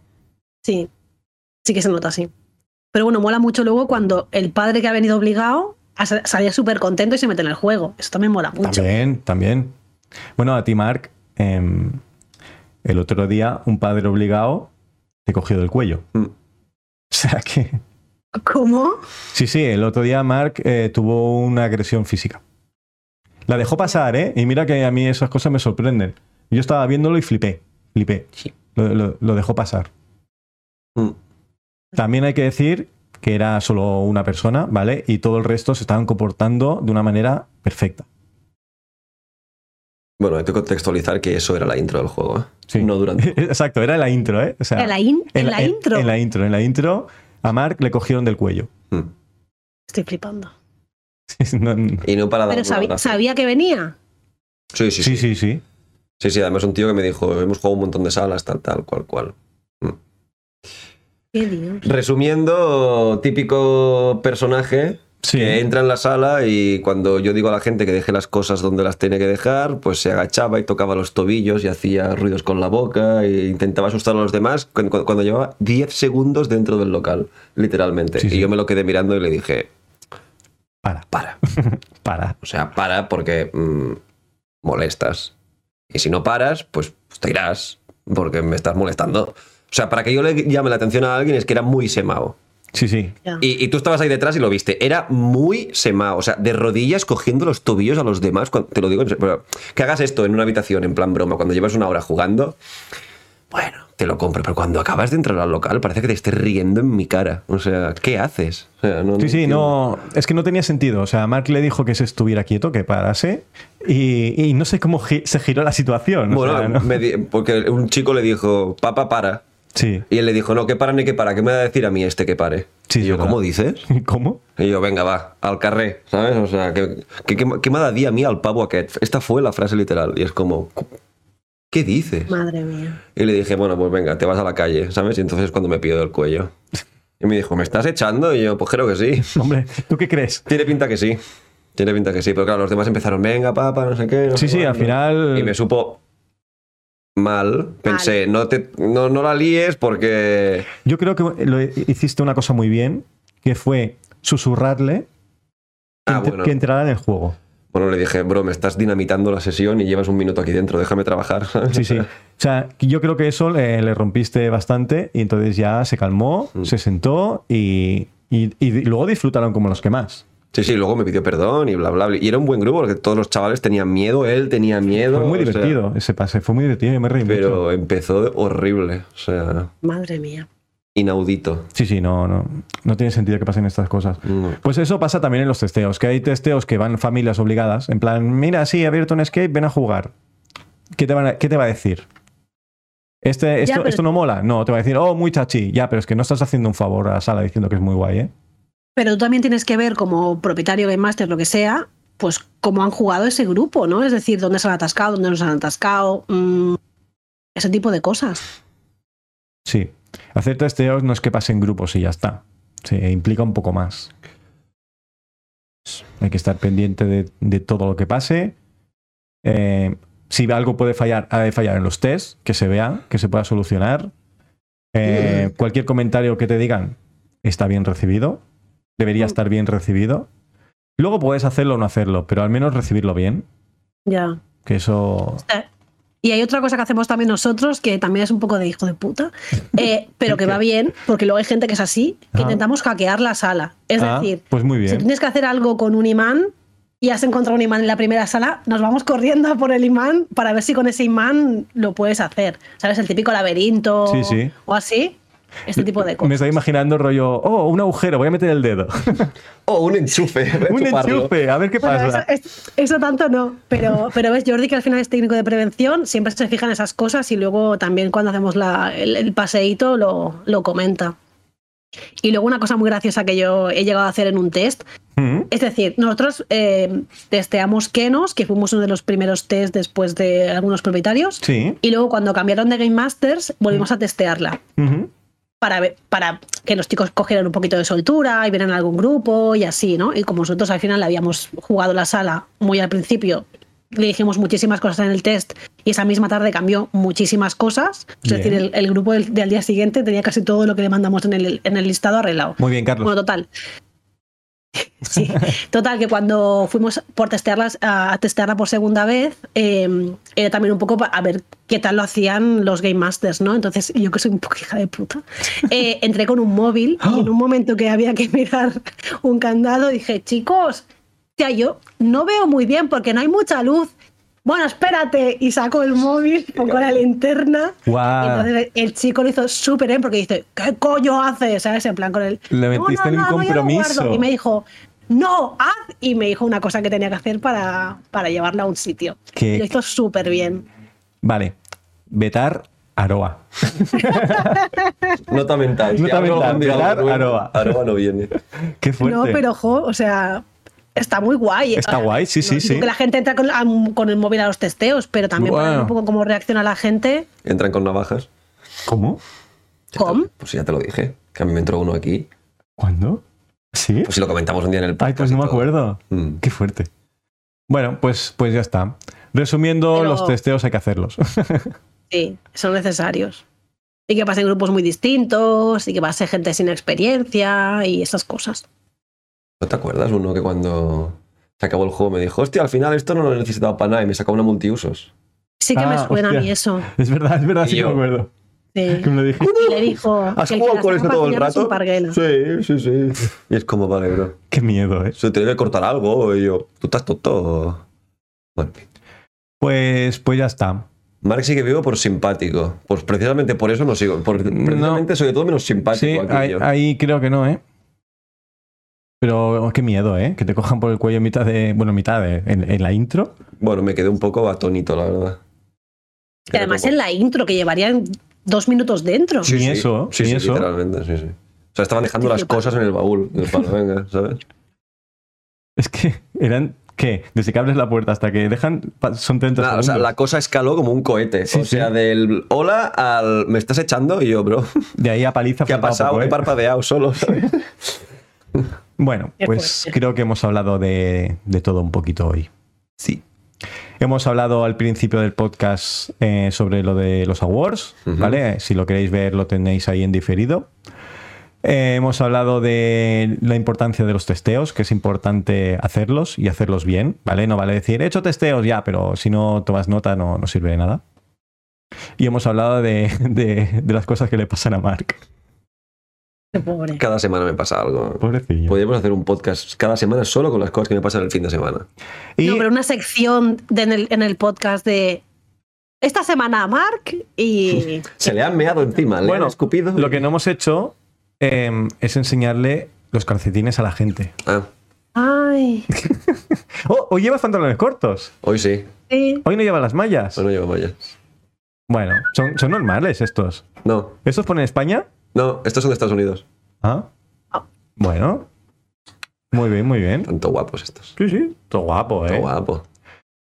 [SPEAKER 4] Sí, sí que se nota así. Pero bueno, mola mucho luego cuando el padre que ha venido obligado a sa- salía súper contento y se mete en el juego. Eso también mola mucho.
[SPEAKER 1] También, también. Bueno, a ti, Mark, em, el otro día un padre obligado te cogió del cuello.
[SPEAKER 3] Mm.
[SPEAKER 1] O sea que.
[SPEAKER 4] ¿Cómo?
[SPEAKER 1] Sí, sí, el otro día Mark eh, tuvo una agresión física. La dejó pasar, ¿eh? Y mira que a mí esas cosas me sorprenden. Yo estaba viéndolo y flipé, flipé.
[SPEAKER 3] Sí.
[SPEAKER 1] Lo, lo- lo dejó pasar.
[SPEAKER 3] Mm.
[SPEAKER 1] También hay que decir que era solo una persona, ¿vale? Y todo el resto se estaban comportando de una manera perfecta.
[SPEAKER 3] Bueno, hay que contextualizar que eso era la intro del juego. ¿eh?
[SPEAKER 1] Sí.
[SPEAKER 3] No durante.
[SPEAKER 1] Exacto, era la intro, ¿eh? O sea,
[SPEAKER 4] ¿En la, in- en la intro?
[SPEAKER 1] En la intro, en la intro, a Mark le cogieron del cuello.
[SPEAKER 3] Mm.
[SPEAKER 4] Estoy flipando.
[SPEAKER 1] No, no.
[SPEAKER 3] Y no para dar
[SPEAKER 4] Pero
[SPEAKER 3] una
[SPEAKER 4] sabí-
[SPEAKER 3] hora.
[SPEAKER 4] sabía que venía.
[SPEAKER 3] Sí, sí, sí.
[SPEAKER 1] Sí, sí, sí.
[SPEAKER 3] Sí, sí, además un tío que me dijo, hemos jugado un montón de salas, tal, tal, cual, cual.
[SPEAKER 4] Qué Dios.
[SPEAKER 3] Resumiendo, típico personaje
[SPEAKER 1] Sí.
[SPEAKER 3] que entra en la sala y cuando yo digo a la gente que deje las cosas donde las tiene que dejar, pues se agachaba y tocaba los tobillos y hacía ruidos con la boca e intentaba asustar a los demás cu- cu- cuando, llevaba 10 segundos dentro del local, literalmente.
[SPEAKER 1] Sí, sí.
[SPEAKER 3] Y yo me lo quedé mirando y le dije,
[SPEAKER 1] Para,
[SPEAKER 3] para.
[SPEAKER 1] para.
[SPEAKER 3] O sea, para porque mm, molestas. Y si no paras, pues te irás porque me estás molestando. O sea, para que yo le llame la atención a alguien es que era muy semao.
[SPEAKER 1] Sí, sí.
[SPEAKER 4] Ya.
[SPEAKER 3] Y, y tú estabas ahí detrás y lo viste. Era muy semao. O sea, de rodillas cogiendo los tobillos a los demás. Cuando- te lo digo, en serio, pero que hagas esto en una habitación, en plan broma, cuando llevas una hora jugando. Bueno, te lo compro, pero cuando acabas de entrar al local parece que te estés riendo en mi cara. O sea, ¿qué haces? O sea, no-
[SPEAKER 1] Sí, sí,
[SPEAKER 3] entiendo.
[SPEAKER 1] no. Es que no tenía sentido. O sea, Mark le dijo que se estuviera quieto, que parase. Y, y no sé cómo gi- se giró la situación. o
[SPEAKER 3] Bueno,
[SPEAKER 1] sea, ¿no?
[SPEAKER 3] me di- porque un chico le dijo, papá, para.
[SPEAKER 1] Sí.
[SPEAKER 3] Y él le dijo, no, que para ni que para, ¿qué me va a decir a mí este que pare?
[SPEAKER 1] Sí,
[SPEAKER 3] y
[SPEAKER 1] es
[SPEAKER 3] yo,
[SPEAKER 1] verdad.
[SPEAKER 3] ¿cómo dices?
[SPEAKER 1] ¿Cómo?
[SPEAKER 3] Y yo, venga, va, al carré, ¿sabes? O sea, que, que, que, que me ha dado a mí al pavo aquest. Esta fue la frase literal. Y es como, "Cu- ¿qué dices?
[SPEAKER 4] Madre mía.
[SPEAKER 3] Y le dije, bueno, pues venga, te vas a la calle, ¿sabes? Y entonces es cuando me pido el cuello. Y me dijo, ¿me estás echando? Y yo, pues creo que sí.
[SPEAKER 1] Hombre, ¿tú qué crees?
[SPEAKER 3] Tiene pinta que sí. Tiene pinta que sí. Pero claro, los demás empezaron, venga, papá, no sé qué. no
[SPEAKER 1] Sí,
[SPEAKER 3] sé
[SPEAKER 1] sí, al
[SPEAKER 3] cuándo". Y me
[SPEAKER 1] final.
[SPEAKER 3] supo mal. Pensé, No, te, no, no la líes porque...
[SPEAKER 1] Yo creo que lo hiciste una cosa muy bien, que fue susurrarle que,
[SPEAKER 3] Ah,
[SPEAKER 1] ent-
[SPEAKER 3] bueno.
[SPEAKER 1] que entrara en el juego.
[SPEAKER 3] Bueno, le dije, bro, me estás dinamitando la sesión y llevas un minuto aquí dentro, déjame trabajar.
[SPEAKER 1] Sí, sí. O sea, yo creo que eso eh, le, le rompiste bastante y entonces ya se calmó,
[SPEAKER 3] Mm.
[SPEAKER 1] se sentó y, y- y luego disfrutaron como los que más.
[SPEAKER 3] Sí, sí, luego me pidió perdón y bla, bla, bla. Y era un buen grupo porque todos los chavales tenían miedo, él tenía miedo.
[SPEAKER 1] Fue muy
[SPEAKER 3] o sea,
[SPEAKER 1] divertido ese pase, fue muy divertido, yo me reí mucho.
[SPEAKER 3] pero empezó horrible, o sea,
[SPEAKER 4] Madre mía.
[SPEAKER 3] inaudito.
[SPEAKER 1] Sí, sí, no, no, no tiene sentido que pasen estas cosas.
[SPEAKER 3] Mm.
[SPEAKER 1] Pues eso pasa también en los testeos, que hay testeos que van familias obligadas, en plan, mira, sí, he abierto un escape, ven a jugar. ¿Qué te, van a- qué te va a decir? Este, esto,
[SPEAKER 4] pero-
[SPEAKER 1] esto no mola. No, te va a decir, oh, muy chachi. Ya, pero es que no estás haciendo un favor a la sala diciendo que es muy guay, ¿eh?
[SPEAKER 4] Pero tú también tienes que ver como propietario, game master, lo que sea, pues cómo han jugado ese grupo, ¿no? Es decir, dónde se han atascado, dónde no se han atascado, mm, ese tipo de cosas.
[SPEAKER 1] Sí. Hacer testeos no es que pasen grupos y ya está. Se implica un poco más. Hay que estar pendiente de, de todo lo que pase. Eh, si algo puede fallar, ha de fallar en los tests, que se vea, que se pueda solucionar. Eh, cualquier comentario que te digan está bien recibido.
[SPEAKER 4] Mm.
[SPEAKER 1] Debería estar bien recibido. Luego puedes hacerlo o no hacerlo, pero al menos recibirlo bien.
[SPEAKER 4] Ya.
[SPEAKER 1] Que eso.
[SPEAKER 4] Y hay otra cosa que hacemos también nosotros, que también es un poco de hijo de puta, eh, pero que va bien, porque luego hay gente que es así,
[SPEAKER 1] Ah.
[SPEAKER 4] que intentamos hackear la sala. Es
[SPEAKER 1] Ah,
[SPEAKER 4] decir,
[SPEAKER 1] pues muy
[SPEAKER 4] si
[SPEAKER 1] bien.
[SPEAKER 4] tienes que hacer algo con un imán, y has encontrado un imán en la primera sala, nos vamos corriendo a por el imán para ver si con ese imán lo puedes hacer. ¿Sabes? El típico laberinto
[SPEAKER 1] Sí, sí.
[SPEAKER 4] o así. Este tipo de
[SPEAKER 1] Me
[SPEAKER 4] cosas.
[SPEAKER 1] estoy imaginando rollo, oh, un agujero, voy a meter el dedo.
[SPEAKER 3] Oh, un enchufe. voy a
[SPEAKER 1] un
[SPEAKER 3] chuparlo.
[SPEAKER 1] enchufe, a ver qué
[SPEAKER 4] Bueno, eso,
[SPEAKER 1] pasa.
[SPEAKER 4] es- eso tanto no, pero, pero ves, Jordi, que al final es técnico de prevención, siempre se fijan esas cosas y luego también cuando hacemos la- el, el paseíto lo, lo comenta. Y luego una cosa muy graciosa que yo he llegado a hacer en un test,
[SPEAKER 1] Mm,
[SPEAKER 4] es decir, nosotros eh, testeamos Kenos, que fuimos uno de los primeros test después de algunos propietarios,
[SPEAKER 1] Sí. Mm.
[SPEAKER 4] y luego cuando cambiaron de Game Masters volvimos a testearla
[SPEAKER 1] Ujú.
[SPEAKER 4] para, ver- para que los chicos cogieran un poquito de soltura y vieran algún grupo y así, ¿no? Y como nosotros al final le habíamos jugado la sala muy al principio, le dijimos muchísimas cosas en el test y esa misma tarde cambió muchísimas cosas. Es
[SPEAKER 1] Bien.
[SPEAKER 4] decir, el, el grupo del, del día siguiente tenía casi todo lo que le mandamos en el, en el listado arreglado.
[SPEAKER 1] Muy bien, Carlos.
[SPEAKER 4] Bueno, total. Sí, total, que cuando fuimos por testearlas, a a testearla por segunda vez, eh, era también un poco pa- a ver qué tal lo hacían los Game Masters, ¿no? Entonces, yo que soy un poco hija de puta, eh, entré con un móvil y en un momento que había que mirar un candado, dije, chicos, ya yo no veo muy bien porque no hay mucha luz. Bueno, espérate, y saco el móvil, pongo la linterna.
[SPEAKER 1] Guau.
[SPEAKER 4] Y entonces el- el chico lo hizo súper bien porque dice, ¿qué coño haces? ¿Sabes? En plan con el...
[SPEAKER 1] Le
[SPEAKER 4] "No,
[SPEAKER 1] metiste
[SPEAKER 4] no,
[SPEAKER 1] en un
[SPEAKER 4] no, no, yo lo guardo".
[SPEAKER 1] compromiso.
[SPEAKER 4] Y me dijo, no, haz. Y me dijo una cosa que tenía que hacer para, para llevarla a un sitio.
[SPEAKER 1] ¿Qué?
[SPEAKER 4] Y Lo hizo súper bien.
[SPEAKER 1] Vale. Vetar Aroa.
[SPEAKER 3] Nota mental.
[SPEAKER 1] Nota
[SPEAKER 3] Si hablo
[SPEAKER 1] mental,
[SPEAKER 3] algún día
[SPEAKER 1] pelar,
[SPEAKER 3] de Rubén,
[SPEAKER 1] Aroa.
[SPEAKER 3] Aroa no viene.
[SPEAKER 1] Qué fuerte.
[SPEAKER 4] No, pero ojo, o sea, está muy guay.
[SPEAKER 1] Está guay, sí, sí,
[SPEAKER 4] digo
[SPEAKER 1] sí.
[SPEAKER 4] Que la gente entra con, a- con el móvil a los testeos, pero también para ver
[SPEAKER 1] Bueno.
[SPEAKER 4] un poco cómo reacciona la gente.
[SPEAKER 3] Entran con navajas.
[SPEAKER 1] ¿Cómo?
[SPEAKER 4] ¿Cómo?
[SPEAKER 3] Pues ya te lo dije. Que a mí me entró uno aquí.
[SPEAKER 1] ¿Cuándo? ¿Sí?
[SPEAKER 3] Pues si lo comentamos un día en el
[SPEAKER 1] Ay, pues no me
[SPEAKER 3] y todo.
[SPEAKER 1] acuerdo.
[SPEAKER 3] Mm.
[SPEAKER 1] Qué fuerte. Bueno, pues, pues ya está. Resumiendo,
[SPEAKER 4] Pero-
[SPEAKER 1] los testeos hay que hacerlos.
[SPEAKER 4] Sí, son necesarios. Y que pasen grupos muy distintos, y que pase gente sin experiencia y esas cosas.
[SPEAKER 3] ¿No te acuerdas uno que cuando se acabó el juego me dijo, hostia, al final esto no lo he necesitado para nada y me sacó una multiusos?
[SPEAKER 4] Sí que me
[SPEAKER 1] Ah,
[SPEAKER 4] suena a mí
[SPEAKER 1] hostia.
[SPEAKER 4] eso.
[SPEAKER 1] es verdad, es verdad,
[SPEAKER 3] Y
[SPEAKER 1] sí que
[SPEAKER 3] yo-
[SPEAKER 1] me acuerdo.
[SPEAKER 4] sí.
[SPEAKER 1] Que me lo dijiste.
[SPEAKER 4] Y le dijo.
[SPEAKER 3] ¿Has
[SPEAKER 4] que el que
[SPEAKER 3] jugado
[SPEAKER 4] las
[SPEAKER 3] con esto
[SPEAKER 4] tapa
[SPEAKER 3] todo el
[SPEAKER 4] primero es un
[SPEAKER 3] rato?
[SPEAKER 4] parguela.
[SPEAKER 3] Sí, sí, sí. Y es como, vale, bro.
[SPEAKER 1] Qué miedo, ¿eh?
[SPEAKER 3] Se te debe cortar algo. Y yo, tú estás tonto. Bueno, en fin.
[SPEAKER 1] Pues, pues ya está.
[SPEAKER 3] Mark sigue vivo por simpático. Pues precisamente por eso no sigo. Por, precisamente soy de todo menos simpático.
[SPEAKER 1] Sí,
[SPEAKER 3] aquí
[SPEAKER 1] ahí,
[SPEAKER 3] yo.
[SPEAKER 1] ahí creo que no, ¿eh? Pero oh, qué miedo, ¿eh? Que te cojan por el cuello en mitad de. Bueno, en mitad de. En, en la intro.
[SPEAKER 3] Bueno, me quedé un poco atónito, la verdad.
[SPEAKER 4] Que además en la intro, que llevarían dos minutos dentro.
[SPEAKER 1] Ni eso,
[SPEAKER 3] sí,
[SPEAKER 1] ni
[SPEAKER 3] sí,
[SPEAKER 1] eso.
[SPEAKER 3] literalmente, sí, sí. O sea, estaban dejando
[SPEAKER 4] Estoy
[SPEAKER 3] las
[SPEAKER 4] flipando.
[SPEAKER 3] cosas en el baúl. del palo, venga, ¿sabes?
[SPEAKER 1] Es que eran. ¿Qué? Desde que abres la puerta hasta que dejan. pa- Son 30
[SPEAKER 3] Nah, o
[SPEAKER 1] segundos.
[SPEAKER 3] sea, la cosa escaló como un cohete.
[SPEAKER 1] Sí,
[SPEAKER 3] o sea,
[SPEAKER 1] sí.
[SPEAKER 3] del hola al me estás echando y yo, bro,
[SPEAKER 1] De ahí a paliza.
[SPEAKER 3] ¿qué ha
[SPEAKER 1] faltaba
[SPEAKER 3] pasado?
[SPEAKER 1] poco,
[SPEAKER 3] He
[SPEAKER 1] ¿eh?
[SPEAKER 3] parpadeado solo, ¿sabes?
[SPEAKER 1] Bueno,
[SPEAKER 4] Qué
[SPEAKER 1] pues
[SPEAKER 4] fuerte.
[SPEAKER 1] creo que hemos hablado de, de todo un poquito hoy.
[SPEAKER 3] Sí.
[SPEAKER 1] Hemos hablado al principio del podcast eh, sobre lo de los awards,
[SPEAKER 3] Ujú.
[SPEAKER 1] ¿vale? Si lo queréis ver, lo tenéis ahí en diferido. Eh, hemos hablado de la importancia de los testeos, que es importante hacerlos y hacerlos bien, ¿vale? No vale decir, he hecho testeos ya, pero si no tomas nota no, no sirve de nada. Y hemos hablado de, de- de las cosas que le pasan a Mark.
[SPEAKER 4] Qué pobre.
[SPEAKER 3] Cada semana me pasa
[SPEAKER 1] Pues,
[SPEAKER 3] algo.
[SPEAKER 1] Pobrecillo.
[SPEAKER 3] Podríamos hacer un podcast cada semana solo con las cosas que me pasan el fin de semana.
[SPEAKER 1] Y-
[SPEAKER 4] No, pero una sección de en, el, en el podcast de. Esta semana Mark y.
[SPEAKER 3] Se le han meado encima, le
[SPEAKER 1] Bueno,
[SPEAKER 3] han escupido.
[SPEAKER 1] Lo que no hemos hecho eh, es enseñarle los calcetines a la gente.
[SPEAKER 3] Ah,
[SPEAKER 4] Ay,
[SPEAKER 1] Oh, hoy llevas pantalones cortos.
[SPEAKER 3] hoy sí.
[SPEAKER 4] sí.
[SPEAKER 1] Hoy no lleva las mallas.
[SPEAKER 3] Hoy no llevo mallas.
[SPEAKER 1] Bueno, son, son normales estos.
[SPEAKER 3] No,
[SPEAKER 1] ¿Estos ponen España?
[SPEAKER 3] no, estos son de Estados Unidos.
[SPEAKER 1] Ah. Bueno. Muy bien, muy bien.
[SPEAKER 3] Tanto guapos estos.
[SPEAKER 1] Sí, sí. Todo guapo,
[SPEAKER 3] Tanto
[SPEAKER 1] ¿eh?
[SPEAKER 3] guapo.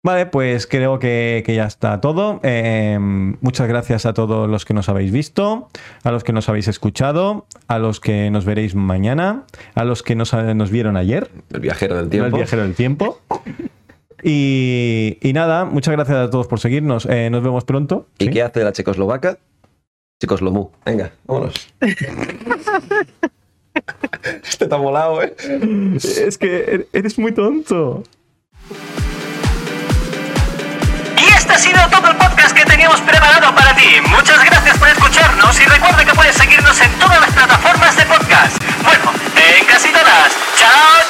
[SPEAKER 1] Vale, pues creo que, que ya está todo. Eh, muchas gracias a todos los que nos habéis visto, a los que nos habéis escuchado, a los que nos veréis mañana, a los que nos, nos vieron ayer.
[SPEAKER 3] El viajero del
[SPEAKER 1] No,
[SPEAKER 3] tiempo.
[SPEAKER 1] El viajero del tiempo. Y, y nada, muchas gracias a todos por seguirnos. Eh, nos vemos pronto.
[SPEAKER 3] ¿Y
[SPEAKER 1] ¿sí?
[SPEAKER 3] qué hace la checoslovaca? Checoslomu. Venga, vámonos. este está molado, ¿eh?
[SPEAKER 1] Es que eres muy tonto.
[SPEAKER 2] Y este ha sido todo el podcast que teníamos preparado para ti. Muchas gracias por escucharnos y recuerda que puedes seguirnos en todas las plataformas de podcast. Bueno, en casi todas. ¡Chao,